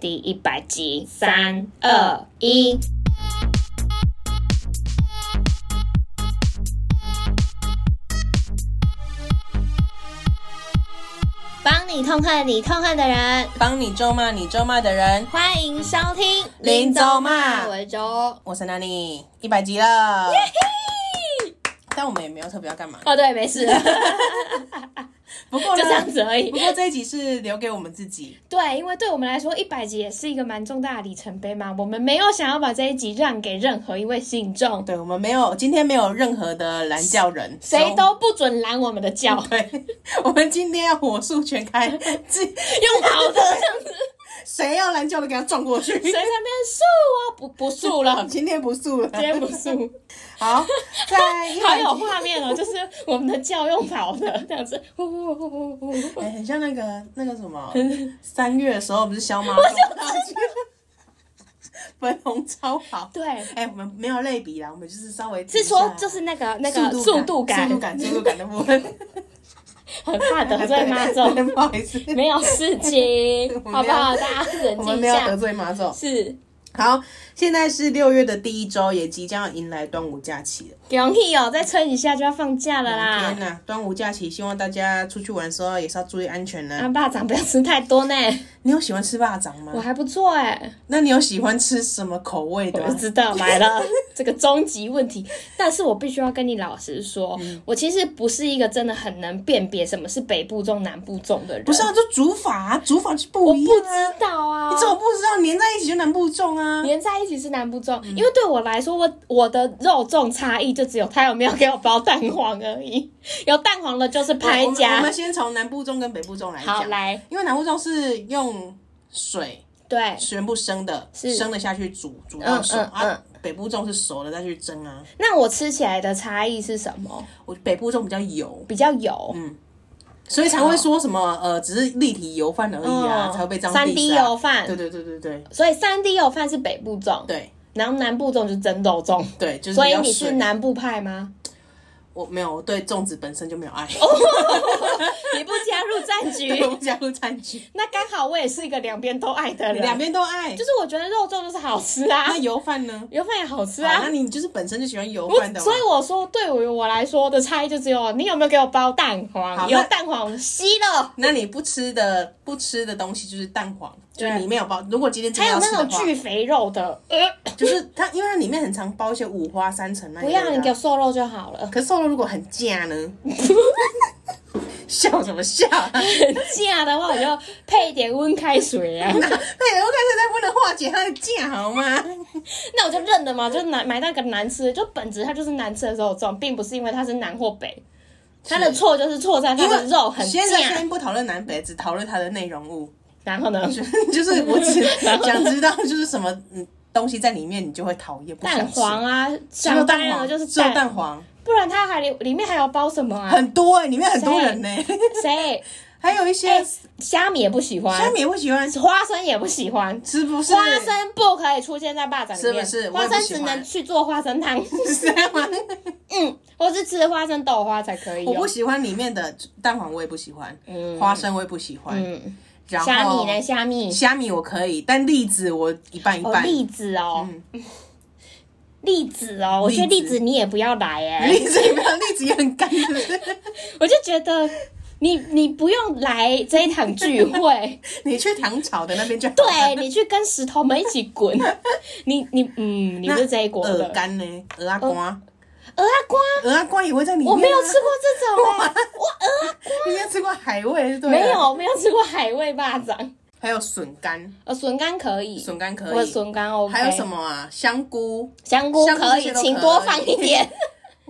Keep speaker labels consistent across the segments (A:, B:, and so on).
A: 第一百集，
B: 三
A: 二一。帮你痛恨你痛恨的人，
B: 帮你咒骂你咒骂的人。
A: 欢迎收听
B: 林州骂
A: 我是周。
B: 我是 Nani，一百集了。但我们也没有特别要干嘛。
A: 哦，对，没事，
B: 不过
A: 就
B: 呢
A: 这样子而已
B: 不。过这一集是留给我们自己。
A: 对，因为对我们来说，一百集也是一个蛮重大的里程碑嘛。我们没有想要把这一集让给任何一位信众，
B: 对，我们没有今天没有任何的蓝教人，
A: 谁都不准拦我们的 脚，
B: 所以对。 我们今天要火速全开， 自
A: 用跑的这样子，
B: 谁要蓝教的给他撞过去。
A: 谁在那边树啊？不不树了，
B: 今天不素了，
A: 今天不树，
B: 好，在一
A: 好
B: 百集
A: 有画面哦，就是我们的脚用跑的这样子，呼呼呼呼呼呼。
B: 哎、很像那个那个什么， 三月的时候不是小马送大去， 粉红超好。
A: 对
B: 哎、我们没有类比啦，我们就是稍微提一
A: 是
B: 下
A: 说就是那个那个
B: 速
A: 度感，
B: 速度感、速度感的部分。
A: 很怕得罪妈祖，
B: 对不好意思，
A: 没有事情，
B: 我
A: 好
B: 们
A: 不
B: 没有
A: 好？大家冷
B: 我
A: 静
B: 们
A: 一
B: 没有得
A: 下，
B: 罪马总。
A: 是
B: 好，现在是六月的第一周，也即将要迎来端午假期了。
A: 容易哦，再撑一下就要放假了啦
B: 天。呐，端午假期，希望大家出去玩的时候也是要注意安全呢、
A: 啊，霸掌不要吃太多呢，
B: 你有喜欢吃霸掌吗
A: 我？还不错哎、
B: 那你有喜欢吃什么口味的
A: 我
B: 吗？
A: 知道买了 这个终极问题，但是我必须要跟你老实说，
B: 嗯
A: 我其实不是一个真的很能辨别什么是北部粽、南部粽的人。
B: 不是啊，就煮法、啊，煮法就
A: 我
B: 不一
A: 不
B: 样
A: 知
B: 啊。
A: 道啊
B: 你，怎么不知道粘在一起就南部粽啊？
A: 连在一起是南部粽，
B: 嗯
A: 因为对我来说，我我的肉粽差异就只有他有没有给我包蛋黄而已， 有蛋黄的就是拍
B: 我们我
A: 家
B: 们。先从南部粽跟北部粽来
A: 好，
B: 讲，
A: 来，
B: 因为南部粽是用水
A: 对，
B: 全部生的，
A: 是
B: 生的下去煮，煮到熟、
A: 嗯嗯
B: 啊。北部粽是熟了再去蒸啊。
A: 那我吃起来的差异是什么？
B: 我北部粽比较油，
A: 比较油，
B: 嗯所以才会说什么呃，只是立体油饭而已啊，
A: 嗯
B: 才会被这样
A: 三
B: diss
A: D
B: 啊
A: 油饭
B: 对，对对对对
A: 所以三 D 肉饭是北部粽，
B: 对
A: 然后南部粽就是蒸肉粽。
B: 对，就是
A: 所
B: 比
A: 以
B: 较
A: 你是
B: 水
A: 南部派吗？
B: 我没有，我对粽子本身就没有爱，
A: 哦 你不加入战
B: 对
A: 局，
B: 我不加入餐 具，
A: 那刚好我也是一个两边都爱的
B: 你两
A: 人。
B: 边都爱。
A: 就是我觉得肉粽就是好吃啊
B: 那，油饭呢？
A: 油饭也好吃
B: 好
A: 啊
B: 那。你就是本身就喜欢油
A: 我
B: 饭的嘛，
A: 所以我说，对于我来说的差异就只有你有没有给我包蛋
B: 好
A: 黄，
B: 那
A: 有蛋黄吸了，
B: 那你不吃的不吃的东西就是蛋黄，就
A: 对
B: 是里面有包。如果今天真
A: 还
B: 的
A: 有
B: 要吃
A: 那
B: 的
A: 种
B: 话，
A: 巨肥肉的，呃，
B: 就是它，因为它里面很常包一些五花三层那一
A: 不
B: 类的啊
A: 要你给我瘦肉就好了。
B: 可是瘦肉如果很架 呢？ 笑什么笑、啊？
A: 架的话，我就配一点温开水啊，
B: 那那油开始才不能化解它的架好吗？
A: 那我就认了嘛，就难买到个难吃的，就本质它就是难吃的肉粽，并不是因为它是南或北，它的错就是错在它
B: 因
A: 的
B: 为
A: 肉很
B: 现在
A: 架。
B: 先不讨论南北，只讨论它的内容物。
A: 然后呢？
B: 就是我只想知道，就是什么嗯东西在里面，你就会讨厌不想
A: 蛋
B: 吃。
A: 黄啊，
B: 只有
A: 想当
B: 蛋
A: 然了
B: 黄，
A: 就是
B: 只有
A: 蛋，
B: 蛋黄，
A: 不然它还里里面还有包什 么啊？
B: 很多哎、里面很多人呢、
A: 谁？
B: 还有一些
A: 哎，虾米也不喜
B: 虾
A: 欢，
B: 米也不喜欢吃，
A: 花生也不喜欢，
B: 是不是？
A: 花 生不可以出现在霸掌里面，
B: 是不是我
A: 花
B: 也不
A: 生
B: 喜
A: 只
B: 欢
A: 能去做花生 汤，
B: 是这样吗？
A: 嗯，或是吃花生豆花才可以、哦。
B: 我不喜欢里面的蛋黄，我也不喜欢，
A: 嗯
B: 花生我也不喜欢，
A: 嗯，
B: 然后
A: 虾米呢？虾米
B: 虾米我可以，但栗子我一半一
A: 哦，
B: 半。嗯
A: 栗子哦，栗子哦，我觉得
B: 栗
A: 栗
B: 子
A: 子你也不要来哎、
B: 栗子也没有，栗子也很干，是不是？
A: 我就觉得你你不用来这一场聚会。
B: 你去糖炒的那边就好
A: 对你去跟石头们一起 滚，你你嗯，你
B: 那
A: 不是这一国的
B: 鹅。干呢？鹅啊瓜，
A: 鹅啊瓜，
B: 鹅啊瓜也会在里面啊。
A: 我没有吃过这种、 欸，
B: 你应该吃过海味，对？
A: 没。有没有吃过海味霸掌，
B: 还有笋干，
A: 呃，笋干可以，
B: 笋干可
A: 我的
B: 以。
A: 笋干 OK。
B: 还有什么啊？香菇，
A: 香菇
B: 香菇
A: 可
B: 这些
A: 以，
B: 都
A: 请
B: 可
A: 多
B: 以
A: 放一点。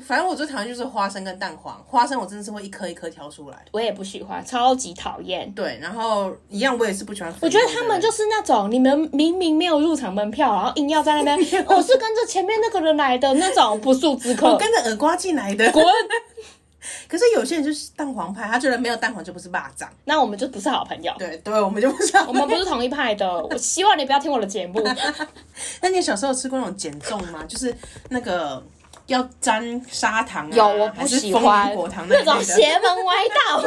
B: 反正我最讨厌就是花生跟蛋黄。花生我真的是会一颗一颗挑出来。
A: 我也不喜欢，超级讨厌。
B: 对，然后一样我也是不喜欢。
A: 我觉得他们就是那种你们明明没有入场门票，然后硬要在那边，我是跟着前面那个人来的那种不速之
B: 我
A: 客。
B: 跟着耳瓜进来的。
A: 滚！
B: 可是有些人就是蛋黄派，他觉得没有蛋黄就不是蚂蚱。
A: 那我们就不是好朋友，
B: 对对，我们就不知道
A: 我。们不是同一派的。我希望你不要听我的节目。
B: 那你小时候有吃过那种减重吗？就是那个要沾砂糖、啊，
A: 有，我
B: 还
A: 不
B: 是
A: 喜
B: 蜂
A: 欢
B: 蜜果糖那
A: 那
B: 一类的
A: 种邪门歪道。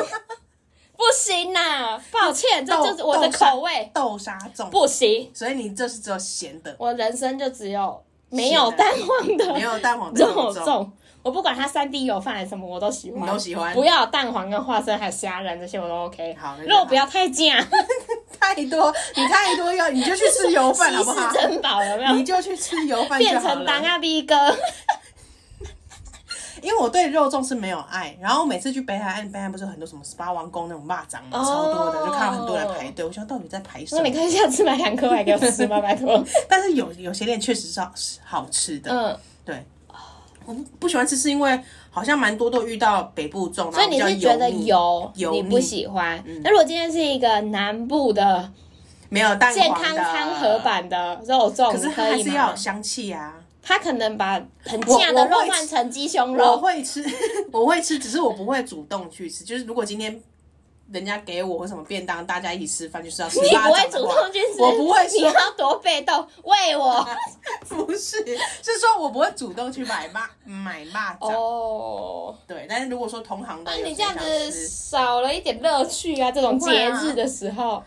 A: 不行呐，抱歉，这
B: 豆
A: 就是我的口味，
B: 豆沙豆沙粽，
A: 不行，
B: 所以你就是只有咸的，
A: 我人生就只有没有蛋黄
B: 没
A: 的
B: 有蛋黄的
A: 肉
B: 那种，
A: 粽，我不管它三滴油饭还是什么，我都喜
B: 你
A: 欢，
B: 都喜欢
A: 不要蛋黄跟花生还有虾仁这些我都 OK，
B: 好那就好
A: 肉不要太酱，
B: 太多，你太多要你就去吃油饭
A: 稀
B: 好不好
A: 释？珍宝有没有
B: 你？就去吃油饭就
A: 变
B: 好
A: 成当
B: 了。
A: 阿 B 哥，
B: 因为我对肉粽是没有爱，然后每次去北海岸，北海岸不是有很多什么十八王宫那种蚂蚱嘛，
A: 哦
B: 超多的，就看到很多人排队。我想到底在排什
A: 那
B: 么
A: 你？可以下次买两颗来给我吃吗？拜托。
B: 但是有有些店确实是好吃好吃的，
A: 嗯，
B: 对。我不喜欢吃是因为好像蛮多都遇到北部粽，
A: 所以你
B: 然后
A: 是
B: 比较
A: 觉得
B: 腻
A: 油
B: 油
A: 你
B: 腻
A: 不喜欢？
B: 嗯
A: 那如果今天是一个南部的
B: 没有蛋
A: 健
B: 黄
A: 康
B: 的
A: 汤盒，版的肉粽，
B: 可是它
A: 可
B: 还
A: 以
B: 是要
A: 吗
B: 有？香气啊。
A: 他可能把很
B: 我
A: 酱的
B: 我
A: 肉
B: 会
A: 换成鸡胸
B: 我
A: 肉，
B: 会吃， 我会吃，只是我不会主动去吃。就是如果今天人家给我或什么便当，大家一起吃饭就是要吃
A: 你
B: 巴
A: 不会
B: 掌
A: 主
B: 的话，
A: 动去吃，
B: 我不会
A: 你
B: 说
A: 要多被动喂 我
B: 不是，是说我不会主动去买蚂买蚂蚱。
A: 哦。
B: 对，但是如果说同行的
A: 那
B: 有
A: 啊你
B: 谁
A: 这样
B: 想
A: 子
B: 吃，
A: 少了一点乐趣啊！这种
B: 不会
A: 节
B: 啊
A: 日的时候，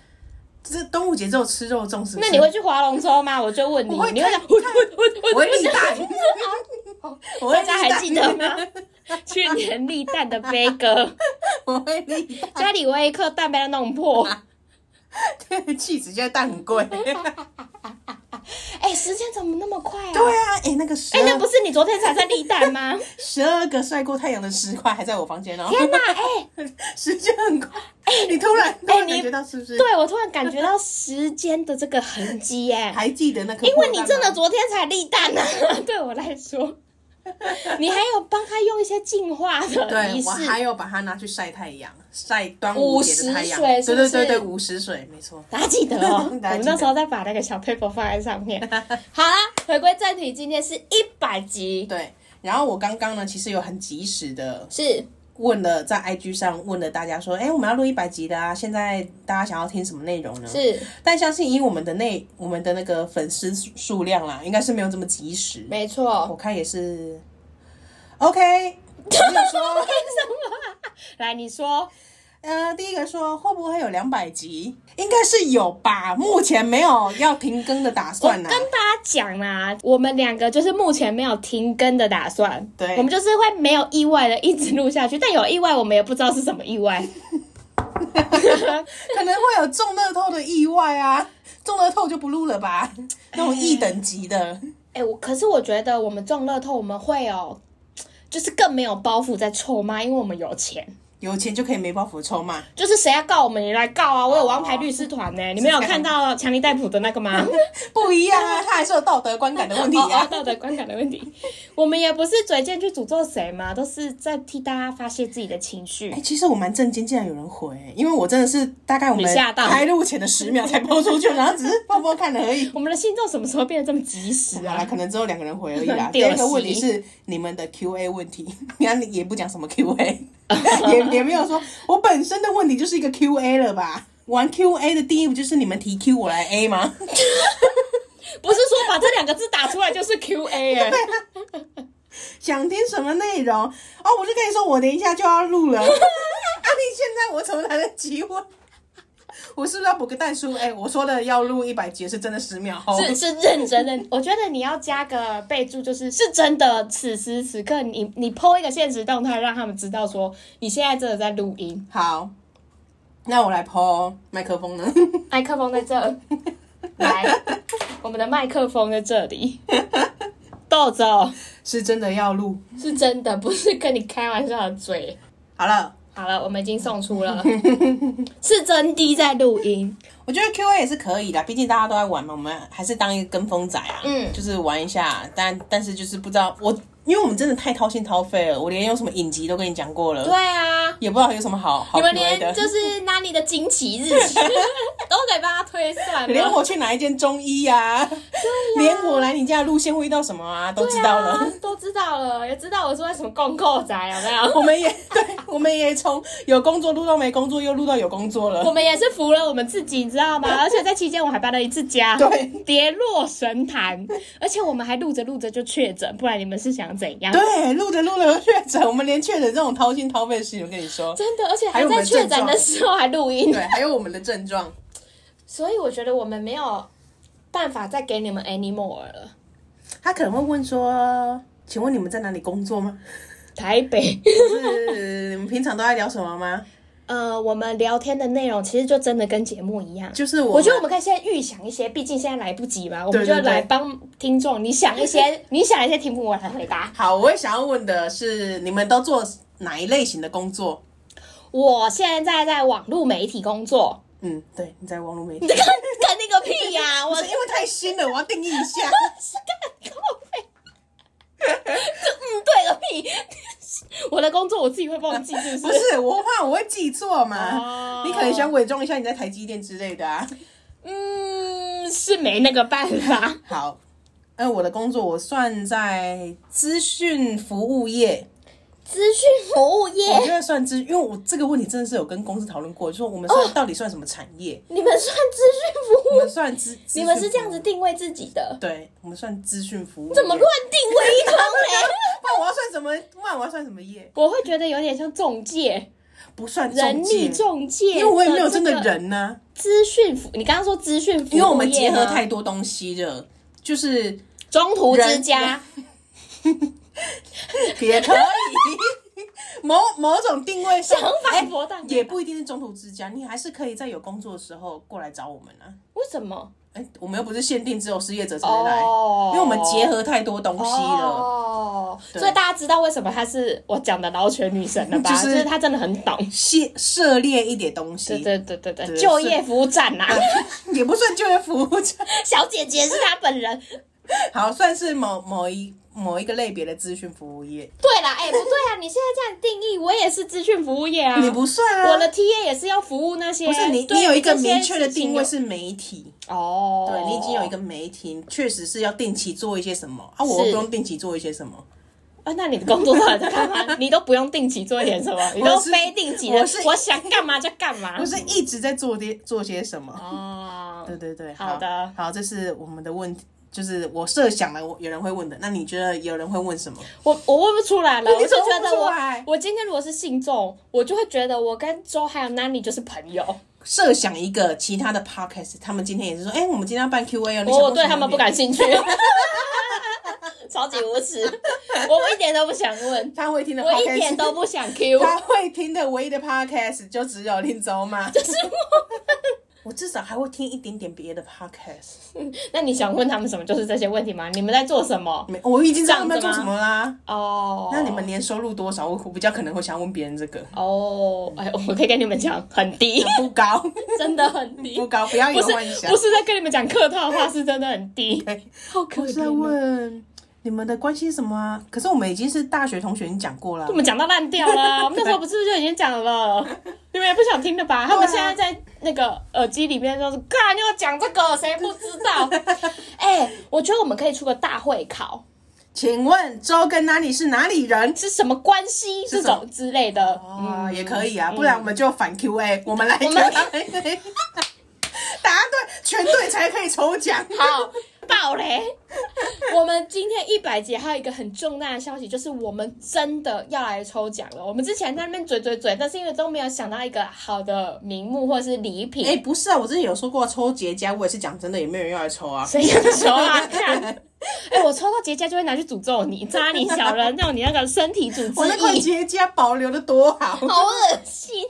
B: 这端午节只有吃肉粽是不是？
A: 那你会去划龙舟吗？我就问你，
B: 我会
A: 你会
B: 看
A: 讲我我
B: 我
A: 我
B: 会 立蛋，我会
A: 大
B: 立
A: 家还
B: 蛋
A: 记得吗？去年立蛋的悲歌，
B: 我会立蛋，
A: 家里唯一颗蛋被他弄破。
B: 对，气质现在蛋 很贵。
A: 哎、时间怎么那么快啊？
B: 对啊，哎，那个十
A: 哎、那
B: 二
A: 不是你昨天才在立蛋吗？
B: 十二个晒过太阳的石块还在我房间 哦，
A: 天哪！哎、
B: 时间很快。你突然突然
A: 你
B: 感觉到是不是？
A: 对我突然感觉到时间的这个痕迹耶、
B: 还记得那颗
A: 因
B: 破
A: 为
B: 蛋吗？
A: 你真的昨天才立蛋呢、啊， 对我来说， 你还有帮他用一些净化的仪
B: 对，我还
A: 式，
B: 有把它拿去晒太阳，晒端
A: 午
B: 午节
A: 时
B: 的太阳。
A: 水是
B: 对
A: 不
B: 对
A: 是
B: 对对，午时水没错。
A: 大家记得哦。我
B: 大家
A: 们
B: 记得
A: 那时候再把那个小 paper 放在上 面。好啦，回归正题，今天是一百集，
B: 对，然后我刚刚呢，其实有很及时的
A: 是
B: 问了，在 IG 上问了大家说，哎，我们要录一百集的啊，现在大家想要听什么内容呢？
A: 是
B: 但相信以我们的内我们的那个粉丝数量啦，应该是没有这么及时。
A: 没错。
B: 我看也是，OK。我有说，
A: 来，你说，
B: 呃，第一个说会不会有两百集？应该是有吧，目前没有要停更的打
A: 我
B: 算啊
A: 跟
B: 呢、
A: 大家讲啦、我们两个就是目前没有停更的打算，
B: 对
A: 我们就是会没有意外的一直录下去，但有意外我们也不知道是什么意外。
B: 可能会有中乐透的意外啊，中乐透就不录了吧，
A: 嗯
B: 那种一等级的，
A: 哎、我可是我觉得我们中乐透，我们会有，就是更没有包袱在臭骂，因为我们有钱。
B: 有钱就可以没包袱抽嘛。
A: 就是谁要告我们，你来告啊！我有王牌律师团呢、哦你们有
B: 是这样
A: 看到强尼戴普的那个 吗？
B: 不一样啊，他还是有道德观感 的问题
A: 哦嗯哦
B: 啊。
A: 道德观感的问题，我们也不是嘴贱去诅咒谁嘛，都是在替大家发泄自己的情绪
B: 哎、。其实我蛮震惊，竟然有人回、因为我真的是大概我
A: 你
B: 们
A: 吓到
B: 开录前的十秒才播出去，然后只是播播看了而已。
A: 我们的信众什么时候变得这么及时
B: 好
A: 啊。
B: 啦，？可能只有两个人回而已 啦第二个
A: 丢失
B: 问题是你们的 Q&A 问题，你看也不讲什 么 Q&A，也也没有说我本身的问题就是一个 Q&A 了吧？玩 Q&A 的第一步就是你们提 Q 我来 A 吗？
A: 不是说把这两个字打出来就是 Q A 哎、
B: 想听什么内容？哦，我就跟你说，我等一下就要 录了。啊，你现在我怎么来得及问？我是不是要补个蛋叔？哎、我说的要录一百节是真的十秒后。
A: 是是认真的。我觉得你要加个备注，就是是真的。此时此刻你，你 PO 一个现实动态，让他们知道说你现在真的在录音，
B: 好，那我来抛麦克风呢。
A: 麦克风在这， 来，我们的麦克风在这里。豆子哦
B: 是真的要录。
A: 是真的，不是跟你开玩笑的嘴。
B: 好了，
A: 好了，我们已经送出了，是真的在录音。
B: 我觉得 Q A 也是可以的，毕竟大家都在玩嘛，我们还是当一个跟风仔啊，
A: 嗯
B: 就是玩一下。但但是就是不知道我，因为我们真的太掏心掏肺了，我连有什么影集都跟你讲过了，
A: 对啊，
B: 也不知道有什么好好
A: 你
B: Q
A: 们
B: A 的
A: 连。就是拿你的惊奇日 期都得帮他推算了，
B: 连我去哪一间中医呀、连我来你家的路线会遇到什么啊，都知道了。
A: 对啊，都知道了，也知道我是为什么共购宅有没有？
B: 我们也 对，我们也从有工作录到没工作，又录到有工作
A: 我
B: 了。
A: 们也是服了我们自己，你知道吗？ 而且在期间我还搬了一次家，
B: 对，
A: 跌落神坛，而且我们还录着录着就确诊，不然你们是想想怎样。
B: 对，录着录着就确诊，我们连确诊这种掏心掏肺的事情，我跟你说，
A: 真的，而且
B: 还
A: 还
B: 有我
A: 在
B: 们
A: 确诊
B: 症
A: 的
B: 状
A: 时候还录音
B: 对，，还有我们的症状，
A: 所以我觉得我们没有办法再给你们 any more 了。
B: 他可能会问说，请问你们在哪里工作吗？
A: 台 北，
B: 是你们平常都在聊什么 吗？
A: 呃，我们聊天的内容其实就真的跟节目一样。
B: 就是我，
A: 我觉得我们可以先预想一些，毕竟现在来不及嘛，我们
B: 对
A: 就
B: 对对
A: 来帮听众你想一 些，你想一些题目，我来回答。
B: 好，我也想要问的是，你们都做哪一类型的工作？
A: 我现在在网络媒体工作，
B: 嗯，对，你在网络媒体
A: 你，看看那个屁 呀、
B: 不
A: 我
B: 是因为太新了，我要定义一下。
A: 嗯对个屁， 我的工作 我自己会忘记，是
B: 不
A: 不是？
B: 是，我怕我会记错嘛。
A: 哦
B: 你可能想伪装一下你在台积电之类的啊。
A: 嗯，是没那个办法。
B: 好，呃，我的工作我算在资讯服务业，
A: 资讯服务
B: 我
A: 业，
B: 觉得算资，因为我这个问题真的是有跟公司讨论过，就说我们算到底算什么产业？
A: 你们算资讯服
B: 我
A: 务，
B: 们算资，
A: 哦你们是
B: 资
A: 这
B: 讯
A: 样
B: 服务
A: 子？定位自己的，
B: 对，我们算资讯服务。
A: 怎么乱？定位一通嘞？
B: 不然我要算什么？不然我要算什么业？
A: 我会觉得有点像中介，
B: 不算
A: 人
B: 中介
A: 力中介，
B: 因为我也没有真的
A: 这个
B: 人呢、
A: 资讯服，你刚刚说资讯服务业吗，啊
B: 因为我们结合太多东西了，就是
A: 中途之家，
B: 也可以 某某种定位上
A: 想法博大，
B: 也不一定是中途之家，你还是可以在有工作的时候过来找我们啊。
A: 为什么？
B: 哎、我们又不是限定只有失业者才能来，
A: 哦
B: 因为我们结合太多东西了。
A: 哦，
B: 对
A: 所以大家知道为什么她是我讲的老犬女神了吧？
B: 就
A: 就是是她真的很懂。
B: 涉涉猎一点东
A: 对
B: 西，
A: 对对对对，
B: 对
A: 就业服务站呐、
B: 也不算就业服务站，
A: 小姐姐是她本人。
B: 好，算是某某一某一个类别的资讯服务业。
A: 对啦，哎、不对啊，你现在这样定义，我也是资讯服务业啊。
B: 你不算啊，
A: 我的 TA 也是要服务那些，
B: 不是你，
A: 对
B: 你有一个
A: 这些
B: 明确的
A: 事情
B: 定位
A: 有
B: 是媒体，
A: 哦，
B: 对你已经有一个媒体，确实是要定期做一些什么啊？我
A: 是
B: 不用定期做一些什么，
A: 啊，那你的工作到底在干 嘛？你都不用定期做一点什么，你都
B: 我是
A: 非定期的，我
B: 我是
A: 想干嘛就干嘛。
B: 不是嗯一直在做些做些什么。
A: 哦，
B: 对对对，
A: 好的
B: 好，这是我们的问题，就是我设想了，我有人会问的。那你觉得有人会问什么？
A: 我我问不出来了，
B: 你
A: 我就
B: 怎么
A: 觉
B: 问
A: 得
B: 不出
A: 我
B: 来
A: 我今天如果是信众，我就会觉得我跟周还有 Nani 就是朋友，
B: 设想一个其他的 podcast，他们今天也是说，哎、我们今天要办 Q&A 哦。你想
A: 我
B: 问
A: 对
B: 什么
A: 他们不
B: 问题。
A: 感兴趣， 超级无耻，我一点都不想问，
B: 他会听的
A: 我一点
B: podcast，
A: 都不想 Q，
B: 他会听的唯一的 podcast 就只有林走 马。
A: 就是
B: 我至少还会听一点点别的 podcast。
A: 我。那你想问他们什么？就是这些问题吗？你们在做什么？
B: 没，我已经知道他们要
A: 这
B: 做
A: 样子
B: 什
A: 吗
B: 么啦。
A: 哦，
B: 那你们年收入多少？我比较可能会想问别人这个，
A: 哦，哎，我可以跟你们讲，很低，
B: 不 高
A: 真的很低
B: 不。高，不要
A: 不
B: 有
A: 是
B: 幻想哎
A: 不。是在跟你们讲客套话，是真的很低，
B: 对
A: 好可
B: 我是
A: 怜
B: 在
A: 哦。
B: 问你们的关系是什么啊？可是我们已经是大学同学，已经讲过了
A: 我。们讲到烂掉 了，我们那时候不是就已经讲了？你们也不想听的吧？他们现在在那个耳机里面说是，干又讲这个，谁不知道？ 哎、我觉得我们可以出个大会考，
B: 请问周跟 Nani 是哪里人？
A: 是什么关系这
B: 是什么
A: 种之类的，
B: 哦，
A: 嗯
B: 也可以啊，不然我们就反 Q&A，我们来 Q&A。
A: 们
B: 答对全对才可以抽奖。
A: 好，爆雷！我们今天一百集还有一个很重大的消息，就是我们真的要来抽奖了。我们之前在那边嘴嘴嘴，但是因为都没有想到一个好的名目或者是礼品。
B: 哎，不是啊，我之前有说过抽结痂，我也是讲真的，也没有人要来 抽啊。
A: 谁要求啊？看，哎、我抽到结痂就会拿去诅咒你，扎你小人，弄你那个身体组织
B: 我那块
A: 液，
B: 结痂保留的多 好。
A: 好恶心。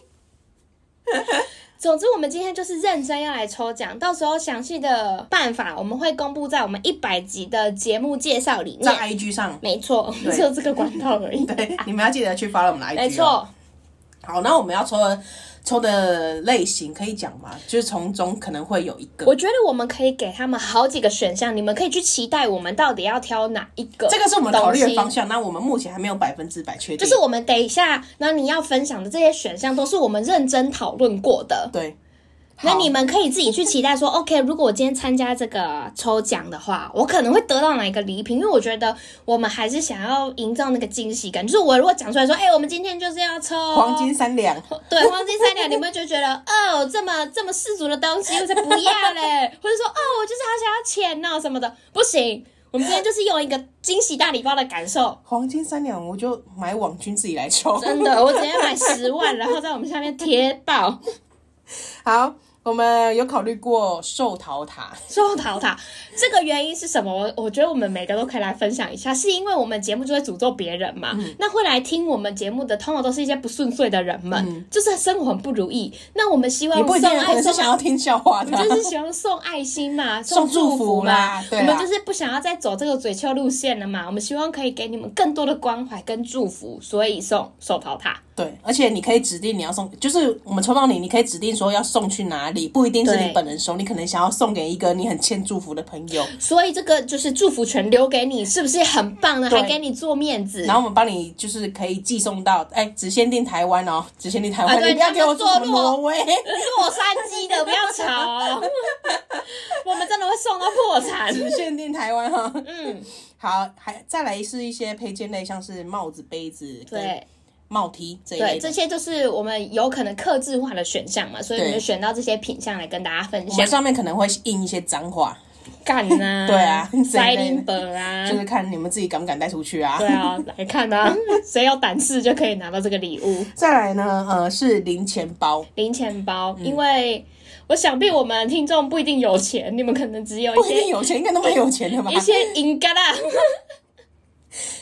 A: 总之，我们今天就是认真要来抽奖，到时候详细的办法我们会公布在我们一百集的节目介绍里
B: 在
A: 面。
B: IG 上，
A: 没错，
B: 对
A: 只有这个管道而已。
B: 对，你们要记得去 follow 我们的 IG 哦。
A: 没错，
B: 好，那我们要抽的抽的类型可以讲吗？就是从中可能会有一个，
A: 我觉得我们可以给他们好几个选项，你们可以去期待我们到底要挑哪一个。
B: 这个是我们考虑的方。向。那我们目前还没有百分之百确定，
A: 就是我们等一下，那你要分享的这些选项都是我们认真讨论过的。
B: 对。
A: 那
B: 好
A: 你们可以自己去期待说，OK，如 果我今天参加这个抽奖的话，我可能会得到哪一个礼品？因为我觉得我们还是想要营造那个惊喜感。就是我如果讲出来说，哎、我们今天就是要抽
B: 黄金三两，
A: 对，黄金三两，你们就觉得 哦，这么这 么世俗的东西，我才不要嘞，或者说哦，我就是好想要钱哦什么的，不行。我们今天就是用一个惊喜大礼包的感受，
B: 黄金三两，我就买网军自己来 抽。
A: 真的，我直接买十万，然后在我们下面贴 爆
B: 好，我们有考虑过寿桃塔，
A: 寿桃塔。这个原因是什么？我我觉得我们每个都可以来分享一下，是因为我们节目就会诅咒别人嘛。那会来听我们节目的，通常都是一些不顺遂的人们，就是生活很不如意。那我们希望
B: 也不一定
A: 送
B: 可
A: 爱
B: 能是
A: 送
B: 想要听笑话的。
A: 就是喜欢送爱心 嘛，
B: 送
A: 祝
B: 福
A: 嘛
B: 啦，对
A: 我
B: 啦
A: 们就是不想要再走这个嘴臭路线了嘛。我们希望可以给你们更多的关怀跟祝福，所以送手桃塔。
B: 对，而且你可以指定你要送，就是我们抽到你，你可以指定说要送去哪里，不一定是
A: 对
B: 你本人收，你可能想要送给一个你很欠祝福的朋友，
A: 所以这个就是祝福权留给你，是不是很棒呢？
B: 对
A: 还给你做面子
B: 然。后我们帮你就是可以寄送到，哎，只限定台湾哦，只限定台湾，
A: 啊对
B: 你不要给我做什么
A: 你要
B: 挪威，
A: 洛杉矶的不要吵，我们真的会送到破产。
B: 只限定台湾哈、哦。
A: 嗯，
B: 好，还再来是一些配件类，像是帽子、杯子、
A: 对
B: 帽 T 这一
A: 对，
B: 类
A: 这
B: 的。
A: 些就是我们有可能克制化的选项嘛，所以我们就
B: 对
A: 选到这些品相来跟大家分
B: 我
A: 享
B: 们。上面可能会印一些脏话，
A: 干呐、
B: 对啊
A: 塞
B: 这一类
A: 林本啊，
B: 就是看你们自己敢不敢带出去啊。
A: 对啊，来看 啊，谁有胆识就可以拿到这个礼物
B: 再来呢，呃，是零钱包，
A: ——零钱包。
B: 嗯
A: 因为我想必我们听众不一定有钱，你们可能只有
B: 不
A: 一
B: 一定
A: 些
B: 有钱，应该都蛮有钱的 吧？
A: 一些银啊嘎啦。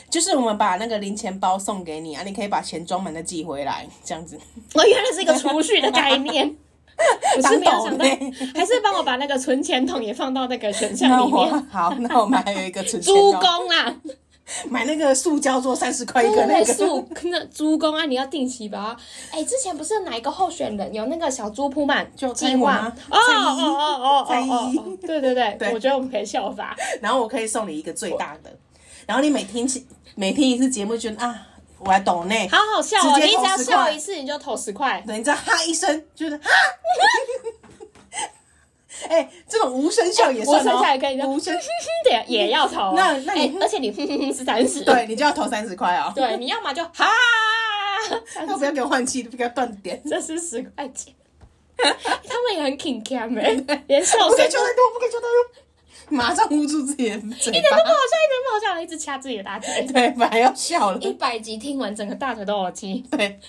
B: 就是我们把那个零钱包送给你啊，你可以把钱装满再寄回来，这样子。
A: 我哦原来是一个储蓄的概 念。我是没有想到
B: 当抖，
A: 还是帮我把那个存钱筒也放到 那个选项
B: 那
A: 里
B: 我
A: 面。
B: 好，那我们还有一个存 钱
A: 猪
B: 包，
A: 公啊啦，
B: 买那个塑胶做三十块一
A: 对
B: 个
A: 对
B: 那
A: 对，
B: 个。
A: 树那猪公啊，你要定期把它。哎，之前不是哪一个候选人有那个小猪铺满
B: 就蔡
A: 计
B: 英文
A: 划
B: 啊？
A: 哦
B: 蔡
A: 哦
B: 依
A: 哦哦哦
B: 蔡依
A: 哦哦！对对对，
B: 对
A: 我觉得我们可以效法。
B: 然后我可以送你一个最大的，然后你每听起每听一次节目，觉得啊，我还懂呢。
A: 好好笑哦！
B: 直接
A: 你只要
B: 投10
A: 笑
B: 块
A: 一次，你就投十块。
B: 等你知道哈一声，就是哈。哎、这种无声笑也
A: 我
B: 算
A: 剩
B: 哦，
A: 下也可以，
B: 无声，
A: 对，也要投哦。
B: 那那你
A: 哎而且你 哼哼哼是三十，
B: 对你就要投三十块哦。
A: 对，你要么就哈，
B: 要不要给我换气？不要断点。
A: 这是十块钱。他们也很 king cam 哎，连笑
B: 不可
A: 声
B: 以求太多，不可以求太多，马上捂住自己的嘴
A: 一点都不
B: 巴
A: 好。笑，一点都不好笑，一直掐自己的大腿。
B: 对，本来要笑 了。
A: 一百集听完，整个大腿都有鸡。
B: 对，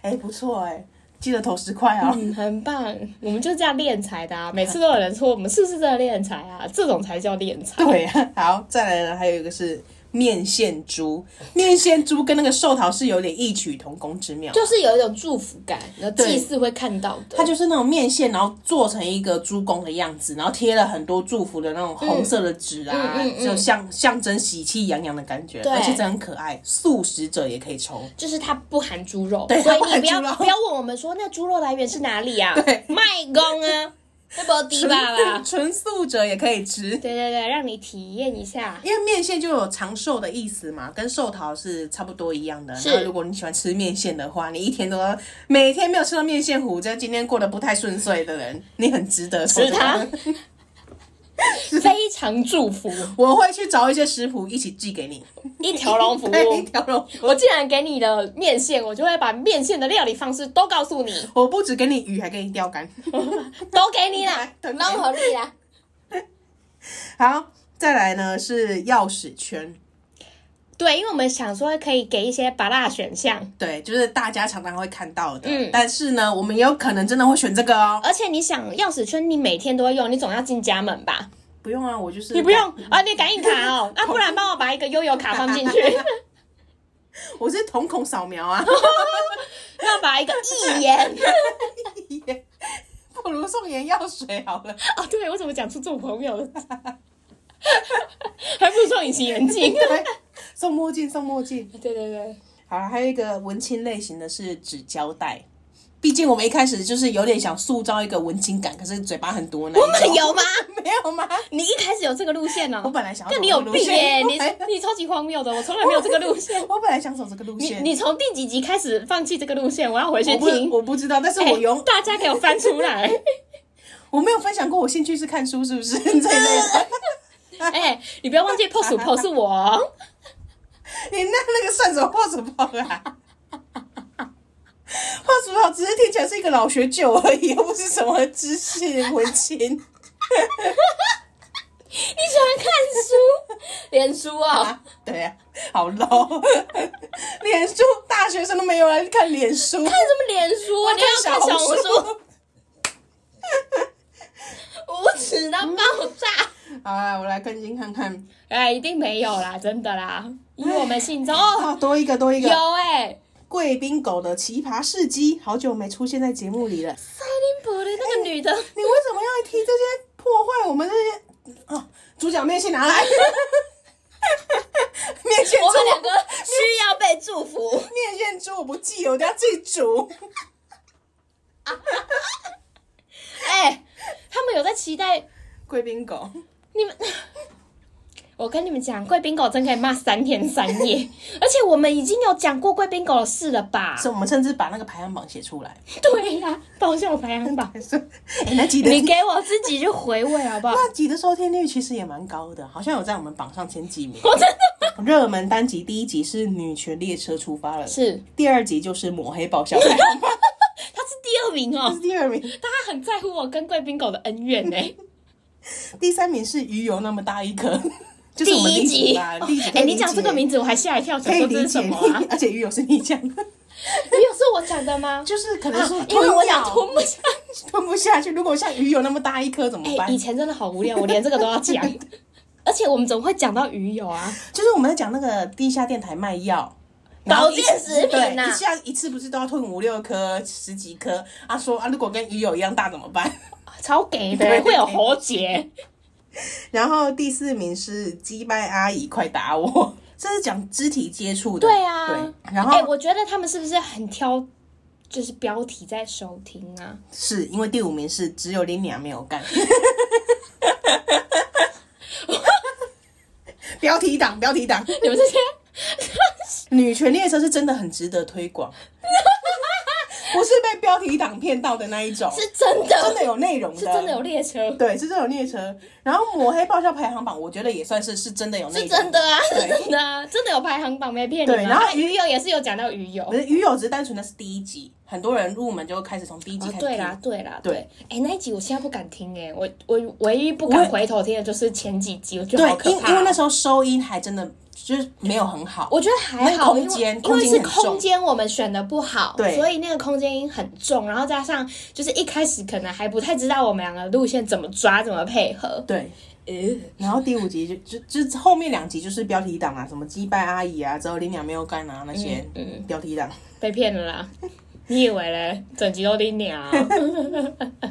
B: 哎、不错哎、记得投十块啊。
A: 嗯，很棒，我们就这样练财的啊！每次都有人说我们是不是在练财啊？这种才叫练财。
B: 对啊，好，再来呢，还有一个是面线猪，面线猪跟那个寿桃是有点异曲同工之妙。
A: 就是有一种祝福感，然后
B: 对
A: 祭祀会看到的。
B: 它就是那种面线，然后做成一个猪公的样子，然后贴了很多祝福的那种红色的纸啊，
A: 嗯嗯嗯嗯
B: 就象象征喜气洋洋的感觉，
A: 对
B: 而且真的很可爱。素食者也可以抽，
A: 就是它不含猪肉，
B: 对
A: 所以
B: 它不
A: 你
B: 含
A: 不要
B: 猪肉
A: 不要问我们说那猪肉来源是哪里 啊？
B: 对
A: 卖公啊，那不低爸爸。
B: 纯素者也可以吃。
A: 对对对，让你体验一下。
B: 因为面线就有长寿的意思嘛，跟寿桃是差不多一样的。
A: 是
B: 那如果你喜欢吃面线的话，你一天都要每天没有吃到面线糊，这今天过得不太顺遂的人， 你很值得
A: 吃
B: 吃
A: 它。非常祝福，
B: 我会去找一些食谱一起寄给你，
A: 一条龙服
B: 对，一
A: 务。
B: 条龙。
A: 我既然给你的面线，我就会把面线的料理方式都告诉你，
B: 我不止给你鱼，还给你钓竿。
A: 都给你啦，
B: 都给你
A: 拢合你啦。
B: 好，再来呢是钥匙圈，
A: 对，因为我们想说可以给一些拔辣选项，
B: 对，就是大家常常会看到的。
A: 嗯
B: 但是呢，我们也有可能真的会选这个哦。
A: 而且你想钥匙圈，你每天都会用，你总要进家门吧？
B: 不用啊，我就是
A: 你不用，啊，你感应卡 哦，啊，不然帮我把一个悠游卡放进 去，
B: 我是瞳孔扫描啊。
A: 那把一个一言。
B: 不如送眼药水好了。
A: 啊，对我怎么讲出做朋友了？ 还不如送隐形眼镜。
B: 对，送墨镜，送墨镜。
A: 对对对，
B: 好了，还有一个文青类型的是纸胶带。毕竟我们一开始就是有点想塑造一个文青感，可是嘴巴很多那一
A: 我
B: 种
A: 们有吗？
B: 没有吗？
A: 你一开始有这个路线呢、
B: 我本来想要
A: 那
B: 走
A: 你
B: 这
A: 有
B: 个路
A: 病耶、
B: 线哎
A: 你你超级荒谬的，我从来没有这个路线。
B: 我本来想走这个路
A: 你
B: 线，
A: 你从第几集开始放弃这个路线？我要回去
B: 我
A: 听
B: 不。我不知道，但是
A: 哎
B: 我永、
A: 大家给我翻出 来！
B: 我没有分享过我兴趣是看书，是不是 这一类的？
A: 哎、你不要忘记 pose pose 是我哦。
B: 你那那个算什么破什么啊？ 破什么？只是听起来是一个老学究而已，又不是什么知识文青。
A: 脸书啊，
B: 啊，对呀、好 low。脸书大学生都没有来看脸书，
A: 看什么脸书啊？你要看小红书，
B: 书。
A: 无耻到爆炸！
B: 好啊，我来跟进看看。
A: 哎，一定没有啦，真的啦，以我们信中哦，
B: 哦，多一个，多一
A: 有
B: 个。
A: 哎、
B: 贵宾狗的奇葩事迹，好久没出现在节目里了。
A: 蔡林博的那个女的，
B: 你为什么要提这些破坏我们这些？哦，猪脚面线拿来。 面线
A: 我们
B: 猪
A: 两个需要被祝福。
B: 面线猪我不记，我等下自己煮。
A: 哎、他们有在期待
B: 贵宾狗，
A: 你们， 我跟你们讲，贵宾狗真可以骂三天三夜， 而且我们已经有讲过贵宾狗的事了吧？
B: 所以我们甚至把那个排行榜 写出来。
A: 对呀、爆笑排行榜，
B: 哎，那几的
A: 你给我自己去回味好 不好？
B: 那集的收听率其实也蛮高的，好像有在我们榜上前几名。
A: 我真的
B: 热门单集第一集是《女权列车出发了》，
A: 是，
B: 第二集就是《抹黑 爆笑排行榜
A: 他是第二名》，
B: 这
A: 哦
B: 是，第二名。
A: 大家很在乎我跟贵宾狗的恩 怨呢、
B: 第三名是鱼有那么大一颗， 就是
A: 第
B: 我们
A: 一集，
B: 吧。
A: 哦
B: 第一集可
A: 哎、
B: 以理
A: 你
B: 解
A: 讲这个名字我还吓一跳，想
B: 可以
A: 说这
B: 理
A: 是
B: 解
A: 什
B: 你
A: 么 啊？，
B: 而且鱼友是你讲的，
A: 没有是我讲的 吗？
B: 就是可能说
A: 啊因为我想
B: 咬
A: 吞不下。
B: 吞不下去。如果像鱼有那么大一颗怎么
A: 哎、
B: 办
A: 以？前真的好无聊，我连这个都要 讲。而且我们总会讲到鱼友啊，
B: 就是我们在讲那个地下电台卖药。然后
A: 保
B: 一
A: 健
B: 次
A: 食
B: 对
A: 品呐、
B: 一下一次不是都要吞五六颗、十几颗？啊说啊，如果跟鱼友一样大怎么办？
A: 超给
B: 对
A: 的，会有喉结。
B: 然后第四名是击败阿姨，快打我！ 这是讲肢体接触的，
A: 对啊
B: 对。然
A: 哎、
B: 后
A: 我觉得他们是不是很挑，就是标题在收听 啊？
B: 是因为第五名是只有林娘没有干， 标题党，标题党，
A: 你们这些
B: 女权列车是真的很值得推广， 不是被标题党骗到的那一种，
A: 是真
B: 真
A: 的，
B: 的有内容的，
A: 是真的有列车，
B: 对，是真的有列车。然后抹黑爆笑排行榜，我觉得也算是是真的有内
A: 是
B: 容，
A: 真的啊，
B: 对
A: 是真的啊，真的有排行榜没骗你
B: 对
A: 们。
B: 然后
A: 啊鱼友也是有讲到鱼友
B: 不。是鱼友只是单纯的是第一集，很多人入门就开始从第一集
A: 哦
B: 开始、，
A: 对啦，，对啦，
B: 对
A: 对，哎、那一集我现在不敢听、哎，我我唯一不敢回头听的就是前几集，我觉得好
B: 对，
A: 可
B: 因
A: 怕、哦啊
B: 因为那时候收音还真的就是没有很好，
A: 我觉得还好，
B: 那个空间
A: 因为因为是
B: 空间很重
A: 空间我们选的不好，
B: 对
A: 所以那个空间音很重，然后加上就是一开始可能还不太知道我们两个路线怎么抓、怎么配合。
B: 对。
A: 呃，
B: 然后第五集就就就后面两集就是标题党啊，什么击败阿姨啊，只有林鸟没有干啊那些
A: 嗯
B: 标题党。
A: 被骗了 啦！你以为嘞？整集都你啊鸟？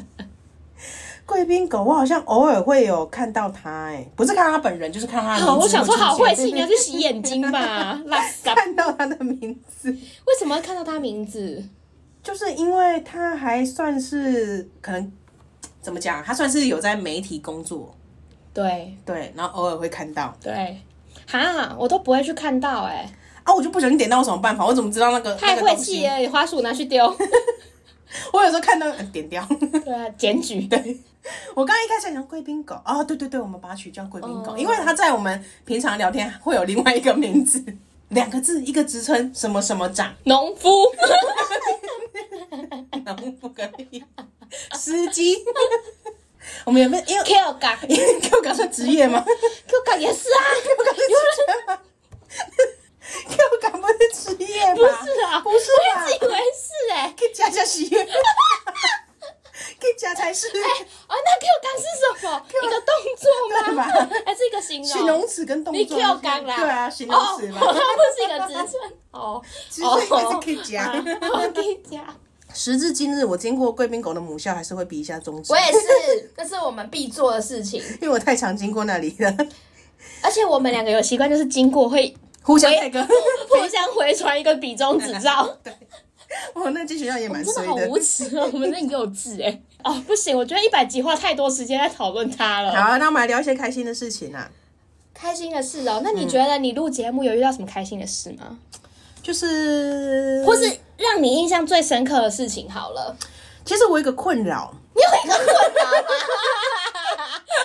B: 贵宾狗，我好像偶尔会有看到他、哎，不是看到他本人，就是看到他的名字
A: 好，我想说
B: 会出现
A: 好晦气，
B: 对
A: 你要去洗眼睛 吧，垃圾！
B: 看到他的名字，
A: 为什么会看到他名字？
B: 就是因为他还算是可能怎么讲，他算是有在媒体工作，
A: 对
B: 对，然后偶尔会看到。
A: 对，哈，我都不会去看到哎、
B: 啊，我就不小心点到，我什么办法？我怎么知道那个
A: 太晦气！
B: 那个
A: 了，花束拿去丢。
B: 东西我有时候看到、呃点掉。
A: 对啊，检举。
B: 对，我刚刚一开始想贵宾狗哦，对对对，我们把它取叫贵宾狗，
A: 哦
B: 因为它在我们平常聊天会有另外一个名字，两个字，一个职称，什么什么长，
A: 农 夫，
B: 然后不可以，司机。 我们有没有？因为
A: Q 港
B: 因为 Q 刚算职业吗
A: ，Q 港也是啊。
B: ？Q 刚是职业吗？Q 刚不是职业吧？
A: 不是啊，
B: 不是吧
A: 我一直以为是哎、
B: 可以加加喜悦，可以加才是。
A: 哎、哦，那 Q 感是什么？一个动作吗？
B: 对吧
A: 还是一个形容？
B: 形容词跟动
A: 你
B: 作
A: Q 感啦？
B: 对啊，形容词嘛
A: 哦，， 它不是一个职称哦。
B: 职称还是可以加。
A: 我可以加。
B: 时至今日，我经过贵宾狗的母校，还是会比一下中指
A: 我，也是，这是我们必做的事情。
B: 因为我太常经过那里了，
A: 而且我们两个有习惯，就是经过会
B: 互相那个。
A: 互相回传一个比中指照。
B: 对，我那间学校也蛮
A: 真的
B: 衰
A: 好无
B: 的。
A: 耻哦，我们很幼稚哎、哦，不行，我觉得一百集花太多时间在讨论它了。
B: 好，那我们来聊一些开心的事情啊，
A: 开心的事哦，那
B: 嗯
A: 你觉得你录节目有遇到什么开心的事吗？
B: 就是，
A: 或是让你印象最深刻的事情？好 了，
B: 其实我有一个困扰，
A: 你有一个困扰吗？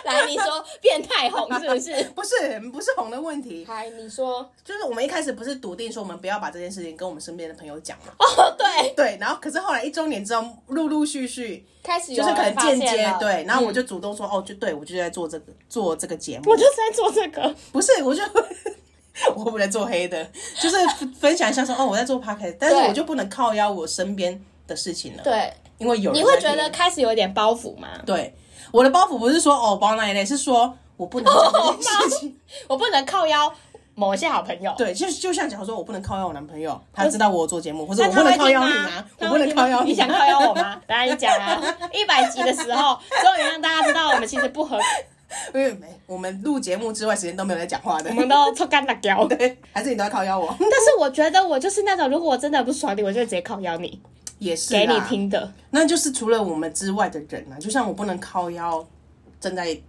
A: 来，你说，别变态红是不是？
B: 不是不是红的问题，
A: 嗨，你说
B: 就是我们一开始不是笃定说我们不要把这件事情跟我们身边的朋友讲嘛？
A: 哦，对，
B: 对，然后可是后来一周年之后，陆陆续续
A: 开始
B: 就是可能间接
A: 对，
B: 对，然后我就主动说、哦，就对我就在做这个做这个节目
A: 我，就是在做这个，
B: 不是我就 我不在做黑的，就是分享一下说哦我在做 p o c k e t 但是
A: 对
B: 我就不能靠邀我身边的事情了，
A: 对，
B: 因为有人
A: 你会
B: 在
A: 觉
B: 听
A: 得开始有一点包袱吗？
B: 对，我的包袱不是说哦包那一类，是说我不能做这 件
A: 哦
B: 事情。
A: 我不能靠邀某一些好朋友，
B: 对，就就像假如说我不能靠邀我男朋友，他知道我有做节目，或者
A: 呃那他
B: 我不
A: 会
B: 能靠
A: 听
B: 邀你
A: 吗
B: 啊？，
A: 他
B: 我不
A: 会
B: 能
A: 听
B: 靠
A: 吗
B: 邀
A: 你想靠邀我吗？来，你讲啊！一百集的时候，终于让大家知道我们其实不合，
B: 因为没我们录节目之外时间都没有在讲话的
A: 我，们都抽干辣椒。
B: 对，还是你都要靠邀我，
A: 但是我觉得我就是那种，如果我真的不爽你，我就直接靠邀你，
B: 也是
A: 给你
B: 啦，
A: 听的。
B: 那就是除了我们之外的人啊，就像我不能靠邀正在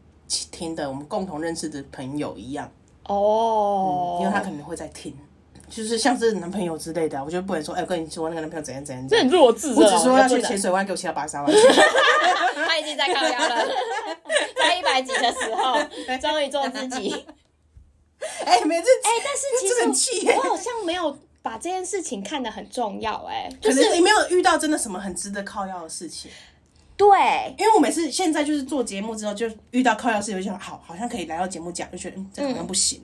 B: 听的我们共同认识的朋友一样，
A: 哦，
B: 嗯因为他可能会在听，就是像是男朋友之类的啊，我就不能说哎、我跟你说那个男朋友怎样怎样怎
A: 这
B: 样。
A: 很弱智啊。
B: 我只说要
A: 就
B: 去
A: 不能
B: 浅水湾，给我七到八十万。 哎
A: 他已经在靠腰 了，在一百集的时候，终于做自 己。
B: 哎、每次
A: 哎、但是其
B: 这很气
A: 实
B: 耶
A: 我好像没有把这件事情看得很重要、哎，就
B: 可
A: 是
B: 能你没有遇到真的什么很值得靠药的事情，
A: 对。
B: 因为我每次现在就是做节目之后，就遇到靠药的事情，我就想好，好像可以来到节目讲，就觉得嗯，这个好像不行。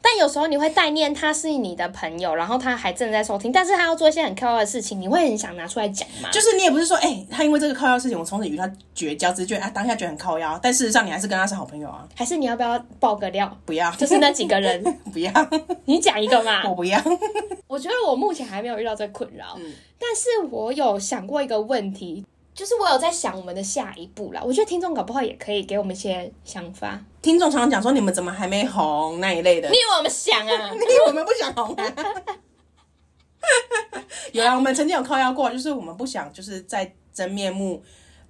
A: 但有时候你会代念他是你的朋友，然后他还正在收听，但是他要做一些很靠腰的事情，你会很想拿出来讲吗？
B: 就是你也不是说，哎、他因为这个靠药的事情，我从此与他绝交，只是觉得啊，当下觉得很靠药，但事实上你还是跟他是好朋友啊，
A: 还是你要不要爆个料？
B: 不要，
A: 就是那几个人，
B: 不要，
A: 你讲一个嘛。
B: 我不要。
A: 我觉得我目前还没有遇到这困扰，但是我有想过一个问题，就是我有在想我们的下一步啦。我觉得听众搞不好也可以给我们一些想法。
B: 听众常常讲说你们怎么还没红那一类的
A: 你，以为我们想 啊？
B: 因为我们不想红啊。 有啊，我们曾经有靠腰过，就是我们不想就是在真面目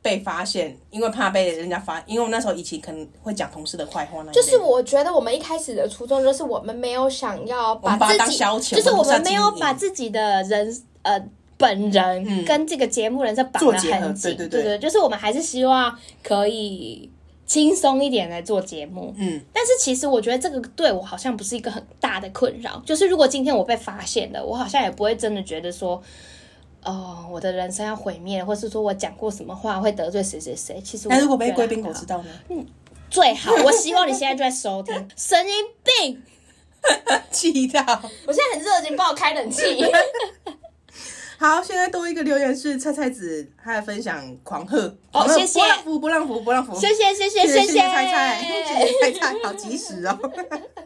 B: 被发现，因为怕被人家发，因为我们那时候以前可能会讲同事的坏话那一类的
C: 就是我觉得我们一开始的初衷就是我们没有想要
B: 我们把它
C: 自
B: 当
C: 己
B: 消遣，
A: 就是我
B: 不要
A: 们没有
B: 经营嗯
A: 把自己的人呃本人跟这个节目人设绑
B: 做
A: 得
B: 结合
A: 很紧，
B: 对对
A: 对
B: 对
A: 就是我们还是希望可以轻松一点来做节目。
B: 嗯，
A: 但是其实我觉得这个对我好像不是一个很大的困扰，就是如果今天我被发现了，我好像也不会真的觉得说。哦，我的人生要毁灭，或是说我讲过什么话会得罪谁谁谁？其实我
B: 那如果被
A: 觉得
B: 贵宾狗
A: 还好
B: 知道呢？
A: 最好，我希望你现在就在收 听，神经病！啊
B: 气到。
C: 我现在很热情，帮我开冷气。
B: 好，现在多一个留言是菜菜子，她来分享狂贺
A: 哦
B: 狂贺
A: 谢谢
B: 不让福不让福不让 福，
A: 谢谢谢谢
B: 谢
A: 谢
B: 谢菜 菜，谢谢菜菜，好及时哦，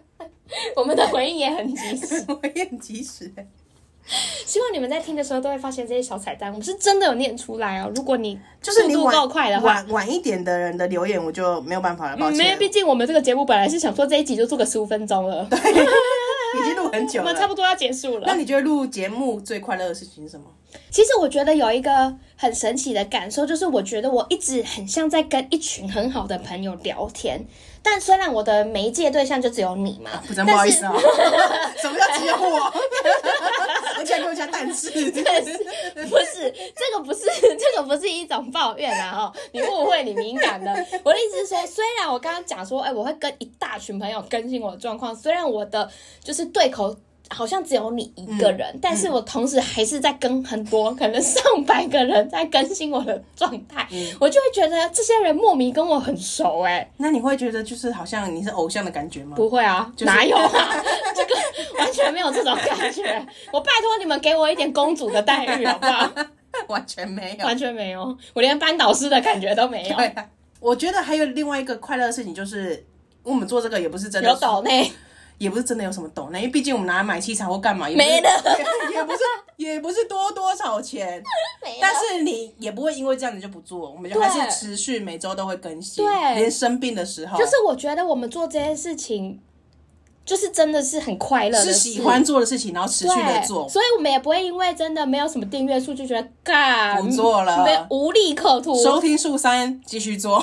A: 我们的回应也很及时，
B: 我也很及时欸。
A: 希望你们在听的时候都会发现这些小彩蛋，我们是真的有念出来哦。如果你
B: 就是你
A: 速度
B: 晚
A: 够快的话，
B: 晚晚一点的人的留言我就没有办法了，抱
A: 嗯，因为
B: 歉，
A: 毕竟我们这个节目本来是想说这一集就做个十五分钟了，
B: 已经录很久
A: 啊我们差
B: 了。
A: 不多要结束
B: 那
A: 了。
B: 你觉得录节目最快乐的事情是什么？
A: 其实我觉得有一个很神奇的感受，就是我觉得我一直很像在跟一群很好的朋友聊天，但虽然我的媒介对象就只有你嘛，
B: 不真
A: 但
B: 不好意
A: 是
B: 思啊、什么叫只有我？而且还给我加但是，
A: 但是不是这个不是 这个不是一种抱怨啊哈、你误会你敏感了。我的意思是说，虽然我刚刚讲说，哎、我会跟一大群朋友更新我的状况，虽然我的就是对口。好像只有你一个人，但是我同时还是在跟很多、可能上百个人在更新我的状态，我就会觉得这些人莫名跟我很熟哎、
B: 那你会觉得就是好像你是偶像的感觉吗？
A: 不会啊，
B: 嗯是
A: 哪有啊？ 这个完全没有这种感觉。我拜托你们给我一点公主的待遇好不好？
B: 完全没有。
A: 完全没有，我连班导师的感觉都没有
B: 对。啊，我觉得还有另外一个快乐的事情就是。我们做这个也不是真的
A: 有抖内，
B: 也不是真的有什么抖呢，因为毕竟我们拿来买器材或干嘛，也不是
A: 没了，
B: 也也不是也不是多多少钱，但是你也不会因为这样子就不做，我们就
A: 啊对
B: 还是持续每周都会更新，
A: 对
B: 连生病的时候
A: 就是我觉得我们做这件事情，就是真的是很快乐的
B: 是
A: 事，
B: 喜欢做的事情，然后持续的
A: 对，
B: 做，
A: 所以我们也不会因为真的没有什么订阅数就觉得干
B: 不做了
A: 没无利可图，
B: 收听数三继 续做，